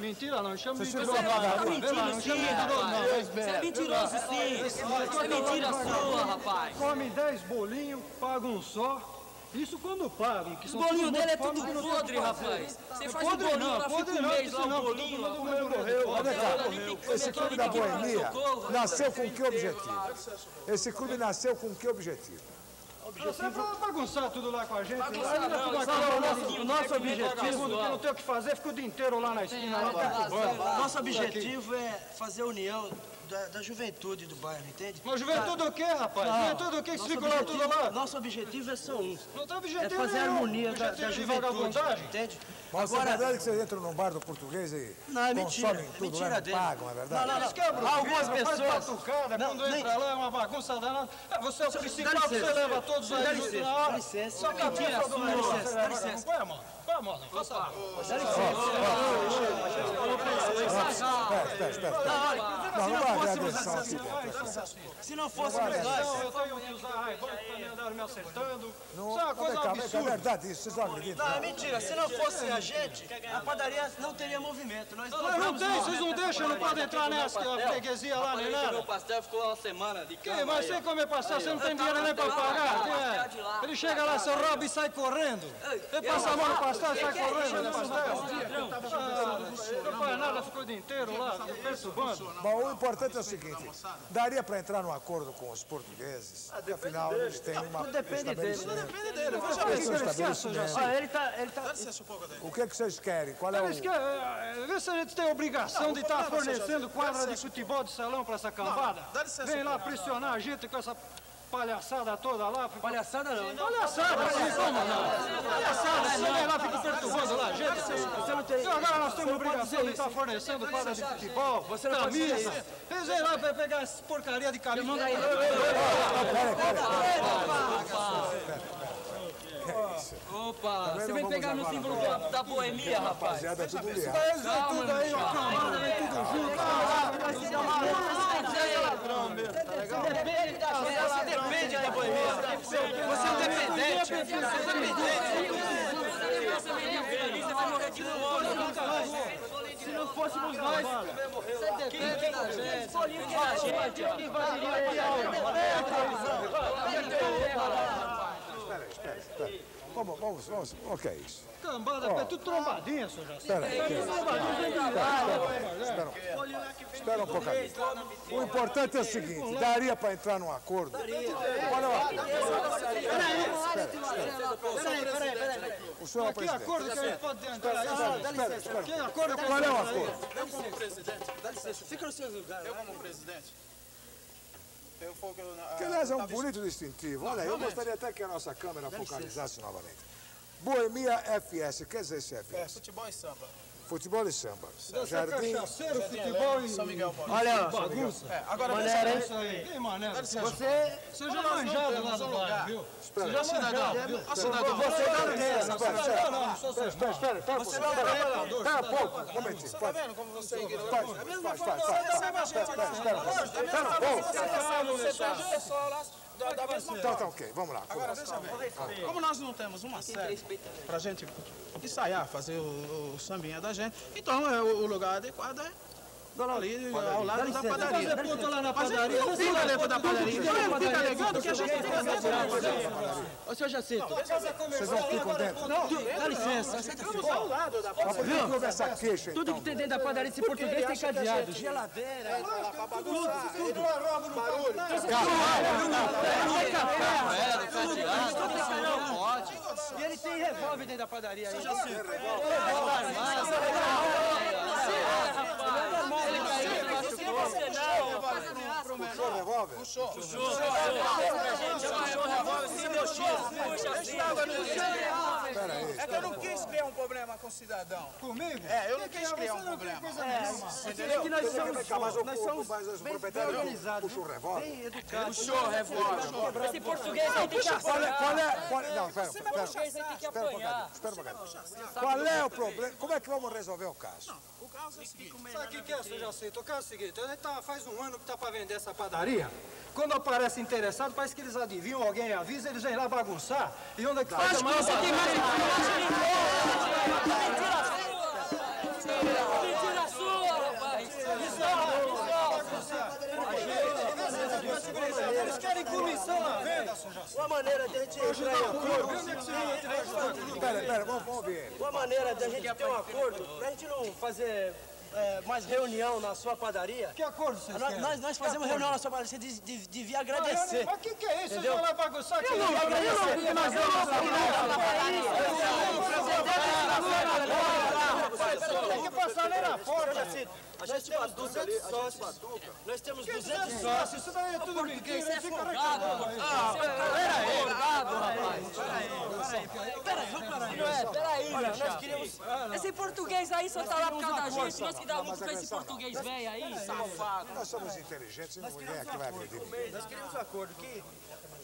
E: Mentira não, chama de
C: Você chegou lá na rua?
E: Vê lá, não chama de mentiroso, não.
C: Você é
E: vem, vem.
C: mentiroso, sim.
E: Vem, vem.
C: Isso é mentira sua, rapaz.
E: Come 10 bolinhos, paga um só. Isso quando pagam. Que
C: Os
E: são
C: bolinhos
E: todo mundo
C: dele é
E: pobre,
C: tudo
E: mas não tem
C: podre,
E: o que
C: rapaz.
E: fazer.
C: Você
E: É
C: faz um
E: podre
C: bolinho
E: não,
C: lá,
E: podre
C: fica um
E: não,
C: mês lá,
E: senão
C: o
E: todo
C: bolinho,
E: mundo
C: lá, o
E: morreu,
C: bolinho
E: morreu.
C: morreu.
A: Olha cá,
C: Todo mundo tem
A: é tá? esse
C: que comer,
A: clube da
C: todo mundo tem que
A: Boemia
C: tomar socorro,
A: nasceu
C: rapaz.
A: com que objetivo? Esse clube nasceu com que objetivo?
E: Você vai bagunçar tudo lá com a gente.
C: Bagunçar
E: Lá,
C: não,
E: tudo
C: isso
E: acaba,
C: é
E: o
C: o
E: nosso-
C: nosso-
E: o nosso
C: tem que ver com a
E: objetivo,
C: pessoa.
E: que eu não tenho o que fazer, fica o dia inteiro lá na esquina. lá, tá acabando.
L: Nosso
E: Tudo aqui.
L: objetivo é fazer a união da, da juventude do bairro, entende?
E: Mas juventude o quê, rapaz?
L: Não.
E: Juventude o quê? Que
L: Nosso
E: fica lá tudo
L: objetivo-
E: lá?
L: Nosso objetivo é só um.
E: Não tem
L: É
E: objetivo
L: fazer a
E: nenhum.
L: harmonia da,
E: Objetivo
L: da
E: de
L: juventude,
E: vagabundagem?
L: entende?
A: Mas é verdade que vocês entram num bar do português e
L: Não, é mentira.
A: consomem
L: É
A: tudo,
L: mentira
A: né? não
L: dele.
A: pagam, é verdade?
L: Não, não, não.
E: Eles quebram o
L: Algumas
E: vidro,
L: pessoas-
E: Faz batucada,
L: Não,
E: quando
L: nem-
E: entra lá é uma bagunça danada. É, Você é o
L: Dá
E: principal,
L: licença.
E: você leva todos
L: Dá
E: aí junto
L: licença,
E: na hora.
L: dá licença.
E: Só que a
L: Dá
E: minha
L: licença,
E: do
L: dá
E: é mundo,
L: licença,
E: você
L: dá
E: leva-
L: licença.
E: Não põe a mão, põe a mão, não, faça lá.
L: Espera,
A: espera, espera.
L: Não,
A: Não,
L: se
A: não
L: não
A: vai haver
L: fôssemos
A: agressão aqui
L: assim, se não fôssemos
E: Não, eu
L: nós,
E: tenho que usar raivão que também andaram me acertando. Isso é uma
A: Não,
E: coisa
A: vem cá, vem cá, é
E: absurda.
A: verdade isso, vocês não acreditam.
L: não, é mentira, se não fosse a gente, a padaria não teria movimento. Nós
E: Não, não
L: temos
E: tem,
L: movimento
E: vocês não
L: na
E: deixam, não
L: padaria.
E: podem entrar nessa que a freguesia lá nem nada.
C: pastel, ficou uma semana de
E: Ei, mas sem comer pastel, você não tem dinheiro nem
L: Tá,
E: pra pagar. tem, é. Ele chega lá, seu rouba e sai correndo. Ele passa a mão no pastel e sai correndo no pastel. Ah, Não faz nada, ficou o dia inteiro lá, perturbando.
A: Bom, o importante é o seguinte, daria para entrar num acordo com os portugueses, porque afinal eles têm uma...
L: Ah, Tudo depende dele. Tudo depende dele.
A: Eles têm
L: Veja bem,
A: um
L: ele se acha,
A: estabelecimento.
L: já- Ah, ele tá, ele tá.
A: O que, é que vocês querem? Qual é o...
E: Eles que, eh, vê se a gente tem a obrigação
L: Não,
E: de
L: vou
E: estar
L: falar, seu
E: fornecendo
L: Jorge.
E: quadra
L: Dá
E: de
L: licença.
E: futebol de salão para essa cambada.
L: é dá licença,
E: Vem lá
L: senhor.
E: pressionar a gente com essa palhaçada toda lá. Palhaçada
L: não.
E: Palhaçada, sim, como não? Palhaçada, você vem lá, fica perturbando lá, a gente.
L: Você não tem-
E: Então Agora nós
L: você
E: temos
L: não pode
E: obrigação
L: dizer
E: de estar
L: isso.
E: fornecendo quadra de futebol,
L: Você não pode dizer
E: camisa.
L: isso.
E: Eles vêm lá pe- pegar essa porcaria de camisa.
A: é
C: Opa,
E: Também
C: você vem
E: não vamos
C: pegar no
E: agora,
C: símbolo
E: não.
C: da, da boemia, rapaz.
A: Rapaziada, tudo
C: Isso
A: errado.
L: né?
C: tudo aí, ó, calma, tudo junto. Ah, vai se dar mal. Isso é ladrão.
L: ladrão mesmo, tá legal? Depende da Você gente, depende da boemia. Você é um dependente. Você é um dependente. Você vai morrer de fome. Se não fôssemos nós, você
E: é
L: depende da gente. Escolhiu que a gente invadiria a
A: Espera aí, espera aí, espera aí. Vamos, vamos, vamos. Ok, isso.
E: Cambada, é tudo trombadinha, seu Jacinto.
A: Espera aí.
E: É tudo trombadinha, vem de lá.
A: Espera, espera um pouquinho. O importante é o seguinte, daria para entrar num acordo? O senhor é o
E: Mas Que
A: presidente.
E: acordo que a gente pode
A: Espera,
E: entrar?
A: espera,
E: Dá
A: espera,
E: licença.
A: espera.
E: Que acordo que a
A: Qual é o
E: gente pode
A: acordo?
E: entrar?
L: Eu como presidente, dá licença, fica no seu lugar. Eu como presidente. Eu for que eu, ah,
A: Que, aliás, é
L: eu
A: um
L: tava-
A: bonito distintivo. Olha, eu
L: Realmente.
A: gostaria até que a nossa câmera
L: Dá licença.
A: focalizasse novamente. Boemia FS, quer dizer esse
L: É,
A: FS?
L: futebol e samba.
A: Futebol e samba.
L: Dança
A: Jardim.
L: cachaceiro, futebol e-
A: São Miguel Paulista.
L: Olha,
A: São Miguel.
L: bagunça. É, agora
E: Maneira,
L: pensa
E: hein?
L: aí.
E: Ei, maneiro,
L: Dá licença.
E: você- Você já
L: Nós não temos
E: manjado lá do
L: um
E: bairro,
L: lugar.
E: viu?
L: Espera
E: Você já
L: aí. é
E: manjava,
L: Cidadão,
E: viu?
L: ó, cidadão.
E: Você
L: Espera,
E: não tem essa
A: é espera,
E: cidadão,
A: espera.
E: não, sou
A: Espera,
E: cidadão.
A: espera, espera, espera, espera,
E: Você não é
A: espera,
E: trabalhador, cidadão.
A: espera um pouco, um momentinho.
L: Tá vendo como você é ignorante?
A: Faz,
L: Da mesma
A: faz,
L: forma,
A: faz,
L: você
A: faz.
L: é mesma
A: Espera,
L: forma,
A: espera, espera, espera.
L: você é ignorante. Da mesma
A: Espera um
L: forma,
A: pouco.
L: você é sábio, você Tá tá
A: Então
L: só lá, da- da mesma
A: tá
L: forma.
A: ok, vamos lá.
L: Agora, veja bem, como nós não temos uma série pra gente ensaiar, fazer o, o sambinha da gente, então é, o, o lugar adequado é ali ao
E: Dá
L: lado da
E: licença,
L: padaria.
E: fazer ponto lá na
L: A gente
E: padaria.
L: não
E: Você
L: fica
E: vai
L: levando da
E: fazer
L: padaria.
E: ponto
L: Não,
E: lá na
L: fica
E: padaria.
L: alegando que a gente fica dentro da padaria.
R: Ô, senhor Jacinto.
A: Vocês não ficam dentro?
R: Não, dá licença.
L: Ficamos ao lado da
A: Mas por que
L: padaria.
A: que houve essa queixa, então?
R: Tudo que tem dentro da padaria desse
L: Porque
R: português
L: ele
R: tem
L: acha que a
R: cadeado.
L: gente-
R: Geladeira.
L: É, tá lá pra bagunçar. Tudo arroba no barulho.
R: E ele tem revólver dentro da padaria aí.
A: Puxou o revólver?
L: Puxou. É que eu não quis criar um problema com o cidadão.
E: Comigo?
L: É, eu não quis criar um problema.
A: É, entendeu? Você quer ficar mais oculto, mas os proprietários puxam o revólver. É,
L: Puxou o revólver.
R: Esse português aí tem que
A: Qual é,
R: apanhar.
A: qual é, qual é, não, pera,
L: Você vai
A: pera,
L: puxar isso aí, tem que
A: Espera um
L: apanhar.
A: bocadinho, espera um bocadinho. Qual é o problema? Como é que vamos resolver o caso?
L: O caso é o seguinte.
E: Sabe o que, que é, seu Jacinto? O caso é o seguinte, a gente tá, faz um ano que tá para vender essa padaria. Quando aparece interessado, parece que eles adivinham, alguém avisa, eles vêm lá bagunçar. E onde é que faz a maior
L: Mentira sua, rapaz! Eles querem comissão na venda,
F: Uma maneira de a gente entrar em acordo.
A: Pera, pera, vamos, vamos ver.
F: Uma maneira da gente ter um acordo, pra gente não fazer é, mais reunião na sua padaria. Que
E: acordo vocês
F: nós,
E: querem?
F: nós, nós
E: Que
F: fazemos
E: acordo?
F: reunião na sua padaria, você de- de- devia agradecer.
E: Mas o que, que é isso?
F: Entendeu?
E: Entendeu? Vai bagunçar aqui.
F: Eu não, eu não, eu não, eu não, eu não,
E: Tem que passar nem na porta.
F: Nós temos 200 sócios. Nós temos 200
E: sócios.
F: sócios.
E: Isso daí é tudo mentira. Ele fica reclamando aí.
F: Ah,
L: é Olha, nós
F: queríamos... um
L: Esse português aí só tá lá por causa da gente, nós que dá lucro com esse
A: agressão não.
L: português
A: Nós-
L: velho aí,
A: peraí,
L: safado.
A: Nós somos inteligentes e ninguém aqui
L: um
A: vai agredir ninguém.
F: Nós queríamos um acordo que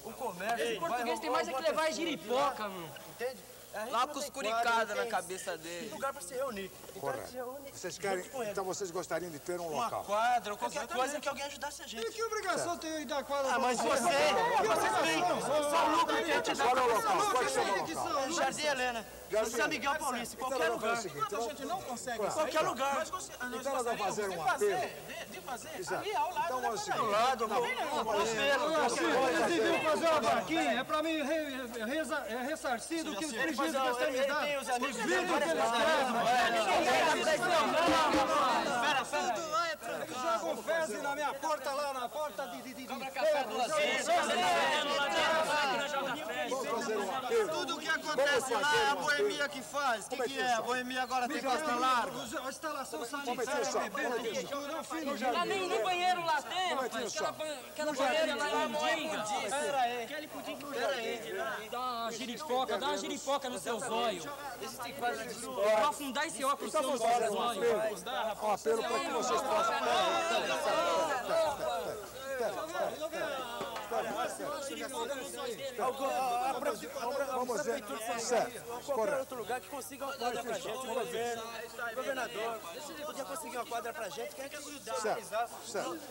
F: o comércio.
L: Esse português tem mais é que levar giripoca, mano.
F: Entende? A gente
L: Lá
F: não
L: com os
F: tem quadro,
L: curicada
F: não
L: na
F: tem
L: cabeça dele.
F: Lugar pra se reunir. Então a gente
A: Correto.
F: se reúne.
A: Vocês querem, então vocês gostariam de ter um local.
F: quadra, ou qualquer coisa que alguém ajudasse a gente.
E: Que obrigação tem eu de dar quadra?
F: Ah, mas você, você tem só o lucro que a gente dá.
E: Qual é o
F: pra
E: local?
F: você.
E: Qual é o
F: Você tem
E: seu
F: que
E: local?
F: ser Jardim Helena, no São Miguel Paulista,
A: Então,
F: qualquer
A: nós vamos
F: lugar.
A: fazer o seguinte,
F: Mas
A: nós-
F: a gente não consegue
A: Claro.
F: isso aí. Qualquer lugar.
A: Nós gost- nós Então nós vamos gostaríamos fazer de um fazer, apelo.
F: De fazer,
A: Exato. ali ao lado Então da vamos seguir. padaria. Tá bom. Vamos ver,
E: Assim,
A: qualquer
E: Eles deviam
A: coisa.
E: fazer uma vaquinha, é pra mim re- re- reza- é ressarcir do que os
F: Ele
E: prejuízos que
F: faz-
E: eles têm me
F: ele
E: dado.
F: tem os amigos
E: Os
F: dele,
E: vídeos que
F: várias
E: eles é, trazem. Eles jogam um fezes na minha porta, lá na porta de... de, de, de ferro, um jogam
L: Tudo que acontece lá é a boemia que faz. O que, que é? A boemia agora tem costa larga.
E: A instalação
L: Começou só,
E: sanitária, bebê, tudo, eu fiz.
L: Lá nem- nem banheiro lá tem, rapaz. Aquela ban- Aquela banheira lá é mundinga.
F: Pera aí.
L: Aquele pudim que não aí. Dá uma giripoca, dá uma giripoca no seu zóio. Vou afundar esse óculos seu no seu zóio.
A: Um apelo para que vocês possam... Pera, pera, pera, pera, pera, pera, pera, pera. Vamos ver. Certo.
F: Qualquer
A: Correto.
F: outro lugar que consiga uma quadra pra gente, o governo, o governador, se podia conseguir uma quadra pra gente, quer que ajudar, organizar.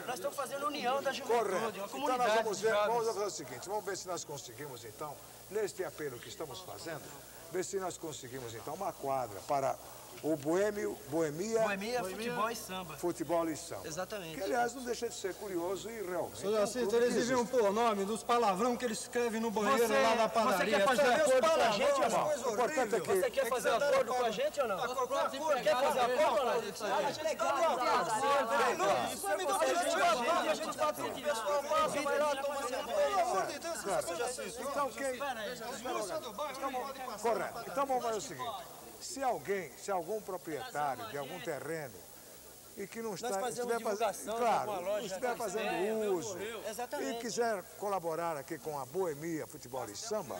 F: Nós estamos fazendo a união da
A: Correto.
F: juventude, uma
A: Então nós
F: comunidade
A: vamos
F: de
A: ver, vamos
F: jovens.
A: fazer o seguinte, vamos ver se nós conseguimos então, neste apelo que estamos fazendo, ver se nós conseguimos então uma quadra para o boêmio, boemia...
F: Boemia, futebol e samba.
A: Futebol e samba.
F: Exatamente.
A: Que aliás não deixa de ser curioso e realmente...
E: Senhor
A: é um
E: Jacinto,
A: clube
E: eles
A: que
E: deviam
A: existe.
E: pôr nome dos palavrão que eles escrevem no banheiro lá da padaria.
F: Você quer fazer
E: Tá de
F: acordo
E: acordo
F: com a
E: com
F: gente ou
E: nós?
F: não?
E: Coisa horrível.
F: Você quer fazer acordo com a gente ou não? Quer fazer acordo ou não? A gente tem é
L: é
F: A gente faz o pessoal passa, vai lá, toma cerveja.
A: Então quem... Correto. Então vamos fazer o seguinte. Se alguém, se algum proprietário de algum terreno e que não está,
F: fazemos
A: estiver faz-
F: divulgação
A: claro,
F: com a loja,
A: não estiver
F: com a
A: fazendo
F: ideia,
A: uso
F: morreu.
A: e
F: Exatamente.
A: quiser colaborar aqui com a Boemia Futebol e Samba,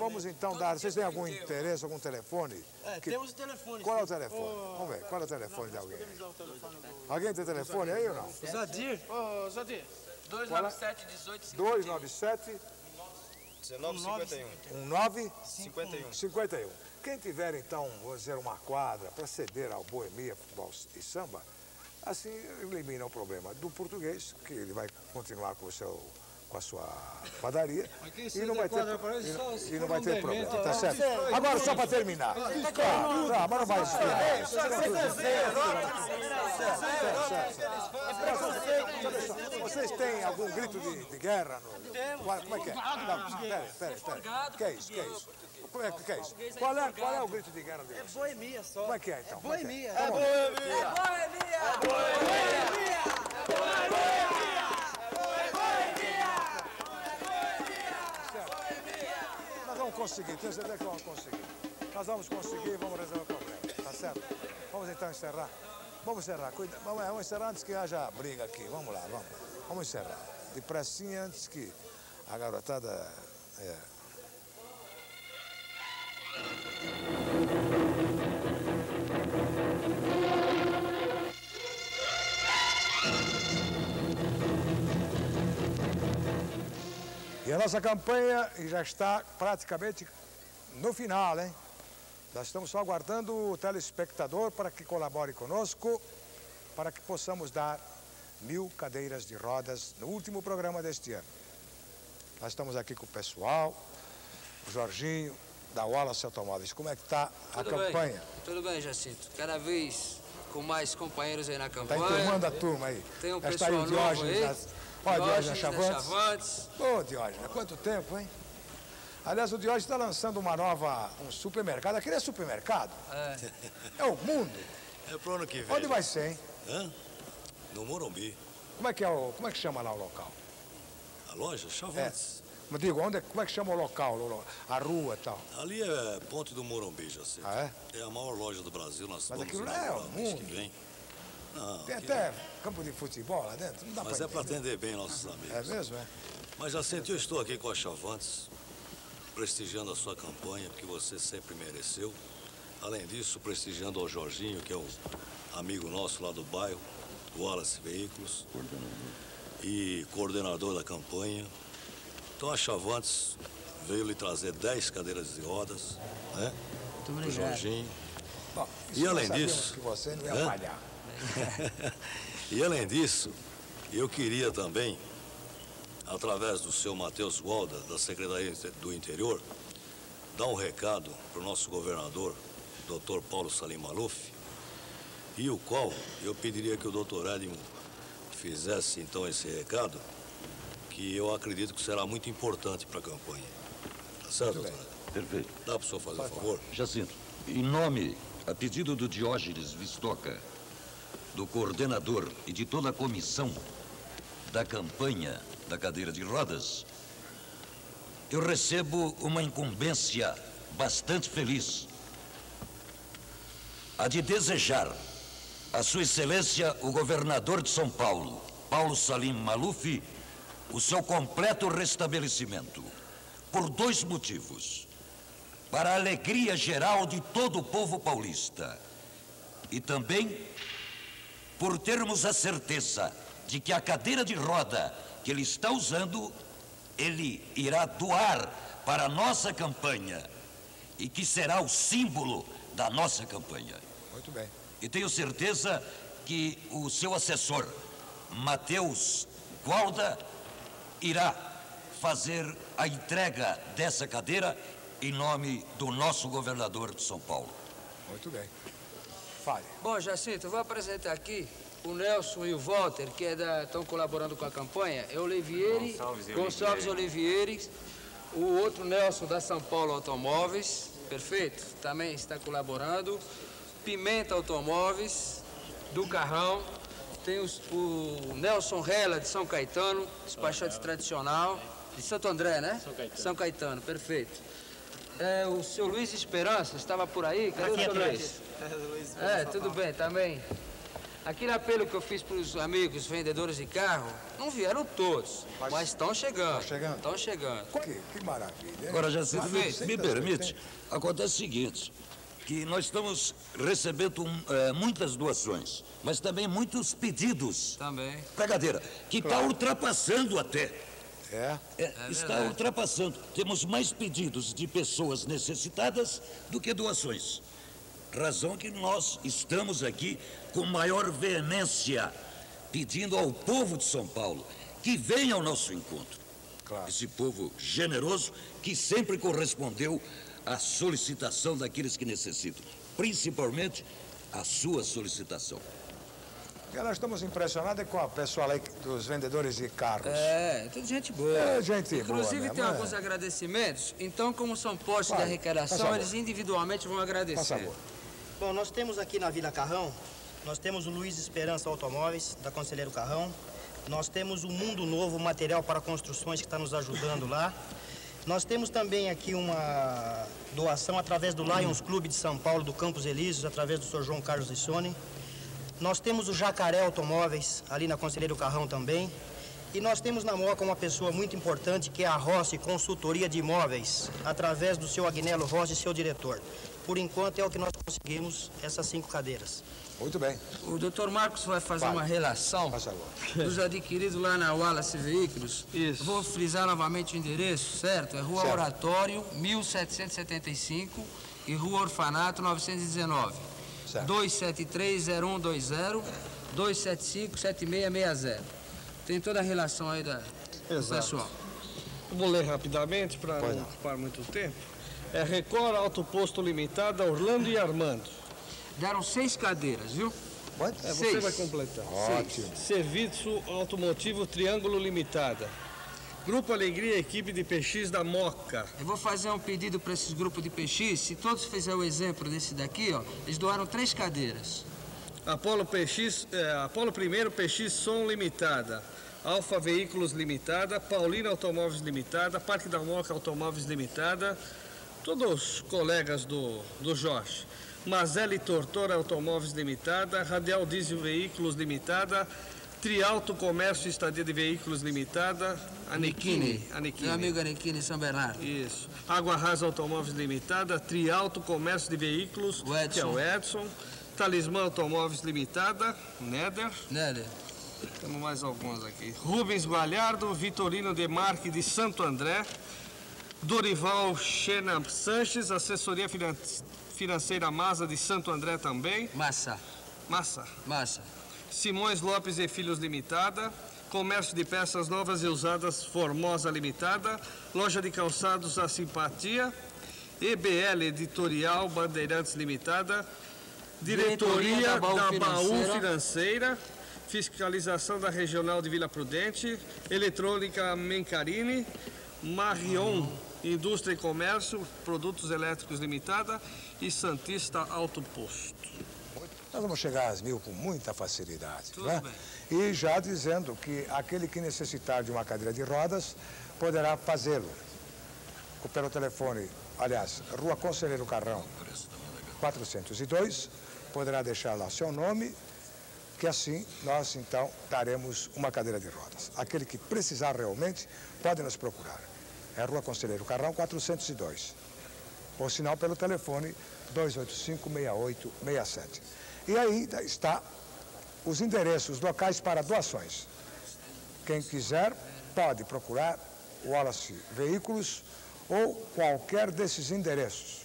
A: vamos então dar. Vocês têm algum interesse, algum telefone?
F: É,
A: Que-
F: temos o telefone.
A: Qual é o
F: sim.
A: telefone?
F: Ô,
A: Vamos ver, qual é o telefone de alguém?
F: podemos dar o telefone do-
A: Alguém tem telefone aí ou não?
F: Zadir? Ô, Zadir. é?
A: 297
F: 18
L: é?
A: 297
F: 1951.
A: 19
F: 51.
A: 51. Quem tiver, então, vou dizer, uma quadra para ceder ao boemia, futebol e samba, assim elimina o problema do português, que ele vai continuar com, o seu, com a sua padaria
E: Mas quem
A: e
E: ceder
A: não vai ter,
E: quadra pra ele
A: e
E: só
A: não-
E: se
A: e não
E: for
A: vai
E: um
A: ter
E: demente.
A: problema, tá
E: Ah,
A: certo?
E: sei.
A: Agora, só para terminar. Tá, tá,
L: um.
A: mas não vai esfriar.
F: um.
A: Vocês têm algum grito de, de guerra? No... Qual- Como é que é? Não, pera, pera, pera. Que é isso, que é isso? Como é que que é isso? Qual é, qual é o grito de guerra deles?
F: Boemia só.
A: Como é que é, então? Como é que
F: boemia.
A: É Então vamos ver. Nós vamos conseguir, tenho certeza que vamos conseguir. Nós vamos conseguir e vamos resolver o problema, tá certo? Vamos então encerrar. Vamos encerrar, cuida. Vamos, vamos encerrar antes que haja briga aqui. Vamos lá, vamos. Vamos encerrar. Depressinha antes que a garotada. é, E a nossa campanha já está praticamente no final, hein? Nós estamos só aguardando o telespectador para que colabore conosco, para que possamos dar mil cadeiras de rodas no último programa deste ano. Nós estamos aqui com o pessoal, o Jorginho, da Wallace Automóveis. Como é que está a
G: Tudo bem?
A: campanha?
G: Tudo bem, Jacinto. Cada vez com mais companheiros aí na
A: Está
G: campanha.
A: enturmando Tá a turma aí.
G: Tem um
A: Já está
G: pessoal
A: aí o
G: novo
A: Diógenes.
G: aí.
A: da- Ó, Diógenes da
G: Diógenes da
A: Chavantes.
G: Chavantes.
A: Ô, Diógenes, há quanto tempo, hein? Aliás, o Diógenes está lançando uma nova, um supermercado. Aquele é supermercado? É. o mundo.
H: É pro ano que vem.
A: Onde vai ser, hein?
H: Hã? No Morumbi.
A: Como é que, é o, como é que chama lá o local?
H: A loja? Chavantes.
A: Mas digo, onde, é- como é que chama o local, o lo- a rua e tal?
H: Ali é Ponte do Morumbi, já sei.
A: Ah,
H: é? a maior loja do Brasil. Nós
A: Mas
H: vamos
A: aquilo lá é
H: inaugurar
A: o
H: mês que
A: mundo.
H: vem. Não,
A: Tem
H: aquilo- é-
A: até campo de futebol lá dentro? Não dá
H: Mas
A: pra
H: é para
A: entender.
H: atender bem nossos amigos.
A: É mesmo, é?
H: Mas já senti, eu estou aqui com a Chavantes, prestigiando a sua campanha, que você sempre mereceu. Além disso, prestigiando ao Jorginho, que é um amigo nosso lá do bairro, do Wallace Veículos. E coordenador da campanha. Então a Chavantes veio lhe trazer 10 cadeiras de rodas,
A: Muito
H: né?
L: um.
H: Pro
A: obrigado.
H: Jorginho.
A: Bom, isso
H: e
A: nós
H: além
A: sabíamos
H: disso. né?
A: que você não é um ia
H: Hã?
A: falhar.
H: E além disso, eu queria também, através do seu Matheus Walda, da Secretaria do Interior, dar um recado para o nosso governador, Dr. Paulo Salim Maluf, e o qual eu pediria que o Dr. Edmo fizesse então esse recado, que eu acredito que será muito importante para a campanha. Tá certo, doutor? Edmo?
P: Perfeito.
H: Dá para o senhor fazer um favor?
P: Jacinto, em nome, a pedido do Diógenes Vistoca, do coordenador e de toda a comissão da campanha da cadeira de rodas, eu recebo uma incumbência bastante feliz. A de desejar a Sua Excelência o governador de São Paulo, Paulo Salim Maluf, o seu completo restabelecimento. Por dois motivos para a alegria geral de todo o povo paulista. E também por termos a certeza de que a cadeira de roda que ele está usando ele irá doar para a nossa campanha e que será o símbolo da nossa campanha.
A: Muito bem.
P: E tenho certeza que o seu assessor, Matheus Gualda, irá fazer a entrega dessa cadeira em nome do nosso governador de São Paulo.
A: Muito bem. Fale.
G: Bom, Jacinto, vou apresentar aqui o Nelson e o Walter, que estão colaborando com a campanha. É o Olivieri,
I: Gonçalves e
G: Gonçalves Olivieri. O outro Nelson da São Paulo Automóveis, perfeito, também está colaborando. Pimenta Automóveis, do Carrão. Tem os- o Nelson Rela, de São Caetano, despachante tradicional. De Santo André, né? São Caetano. São Caetano, perfeito. É, o seu Luiz Esperança estava por aí? Cadê o seu Luiz? É, tudo bem,
B: tá
G: também. Aquele apelo que eu fiz para os amigos vendedores de carro, não vieram todos, mas estão chegando. Estão chegando. Estão chegando.
A: Que, que maravilha. hein?
P: Agora, Jacinto, me,
A: É, Perfeito.
P: me permite, acontece o seguinte, que nós estamos recebendo hum, eh, muitas doações, mas também muitos pedidos
G: Também.
P: para cadeira, que está
G: Claro.
P: ultrapassando até.
A: É?
P: está
G: verdade.
P: ultrapassando. Temos mais pedidos de pessoas necessitadas do que doações. Razão que nós estamos aqui com maior veemência pedindo ao povo de São Paulo que venha ao nosso encontro. Esse povo generoso que sempre correspondeu à solicitação daqueles que necessitam, principalmente à sua solicitação.
A: E nós estamos impressionados com a pessoa lá dos vendedores de carros.
G: É, tudo gente boa.
A: É, gente
G: Inclusive
A: boa.
G: tem
A: mesmo,
G: alguns agradecimentos, então como são postos
A: Vai,
G: de
A: faz
G: arrecadação,
A: favor.
G: eles individualmente vão agradecer.
F: Bom, nós temos aqui na Vila Carrão, nós temos o Luiz Esperança Automóveis, da Conselheiro Carrão. Nós temos o Mundo Novo um Material para Construções, que está nos ajudando lá. Nós temos também aqui uma doação através do Lions Clube de São Paulo, do Campos Elíseos, através do Sr. João Carlos Lissone. Nós temos o Jacaré Automóveis, ali na Conselheiro Carrão também. E nós temos na Moca uma pessoa muito importante, que é a Rossi Consultoria de Imóveis, através do seu Agnello Rossi, seu diretor. Por enquanto é o que nós conseguimos, essas cinco cadeiras.
A: Muito bem.
G: O doutor Marcos vai fazer uma relação dos adquiridos lá na Wallace Veículos. Isso. Vou frisar novamente o endereço, certo? É Rua
J: Certo.
G: Oratório, 1775 e Rua Orfanato, 919. 273-0120, 275-7660. Tem toda a relação aí da, do
M: Exato.
G: pessoal.
M: Vou ler rapidamente para não, ocupar muito tempo. É Record Alto Posto Limitada, Orlando e Armando.
G: Deram seis cadeiras, viu?
M: É, você
G: Seis.
M: vai completar.
G: Ótimo.
M: Seis. Serviço Automotivo Triângulo Limitada. Grupo Alegria, equipe de PX da Moca.
G: Eu vou fazer um pedido para esses grupos de PX. Se todos fizerem o exemplo desse daqui, ó, eles doaram três cadeiras.
M: Apolo PX, é, Apolo Primeiro PX Som Limitada, Alfa Veículos Limitada, Paulina Automóveis Limitada, Parque da Moca Automóveis Limitada, todos os colegas do, do Jorge. Mazelli Tortora Automóveis Limitada, Radial Diesel Veículos Limitada, Trialto Comércio e Estadia de Veículos Limitada, Aniquine. Aniquine.
G: Meu amigo Aniquine São Bernardo.
M: Isso. Água Rasa Automóveis Limitada, Trialto Comércio de Veículos, que é o Edson. Talismã Automóveis Limitada, Nether.
G: Nether.
M: Temos mais alguns aqui. Rubens Gualhardo, Vitorino Demarque de Santo André. Dorival Xena Sanches, Assessoria Finan- Financeira Massa de Santo André também.
G: Massa.
M: Massa.
G: Massa.
M: Simões Lopes e Filhos Limitada. Comércio de peças novas e usadas Formosa Limitada. Loja de calçados A Simpatia. EBL Editorial Bandeirantes Limitada. Diretoria da Baú, Financeira. Fiscalização da Regional de Vila Prudente, Eletrônica Mencarini, Marion Indústria e Comércio, Produtos Elétricos Limitada e Santista Alto Posto.
A: Nós vamos chegar às mil com muita facilidade.
M: Tudo
A: né? E já dizendo que aquele que necessitar de uma cadeira de rodas poderá fazê-lo. Pelo telefone, aliás, Rua Conselheiro Carrão, 402, poderá deixar lá seu nome, que assim nós então daremos uma cadeira de rodas. Aquele que precisar realmente pode nos procurar. É Rua Conselheiro Carrão, 402. Ou sinal pelo telefone 285-6867. E aí da- está os endereços locais para doações. Quem quiser pode procurar Wallace Veículos ou qualquer desses endereços.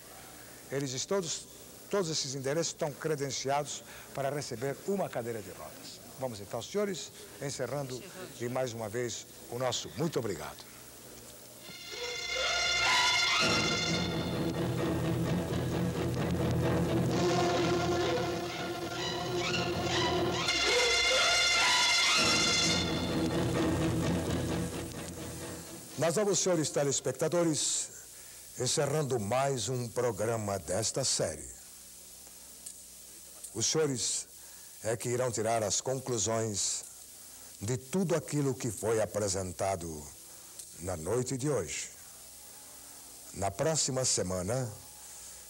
A: Eles est- todos, todos esses endereços estão credenciados para receber uma cadeira de rodas. Vamos então, senhores, encerrando e mais uma vez o nosso muito obrigado. Nós vamos, senhores telespectadores, encerrando mais um programa desta série. Os senhores é que irão tirar as conclusões de tudo aquilo que foi apresentado na noite de hoje. Na próxima semana,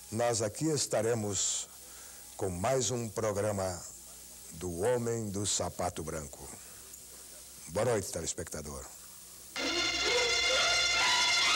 A: nós aqui estaremos com mais um programa do Homem do Sapato Branco. Boa noite, telespectador.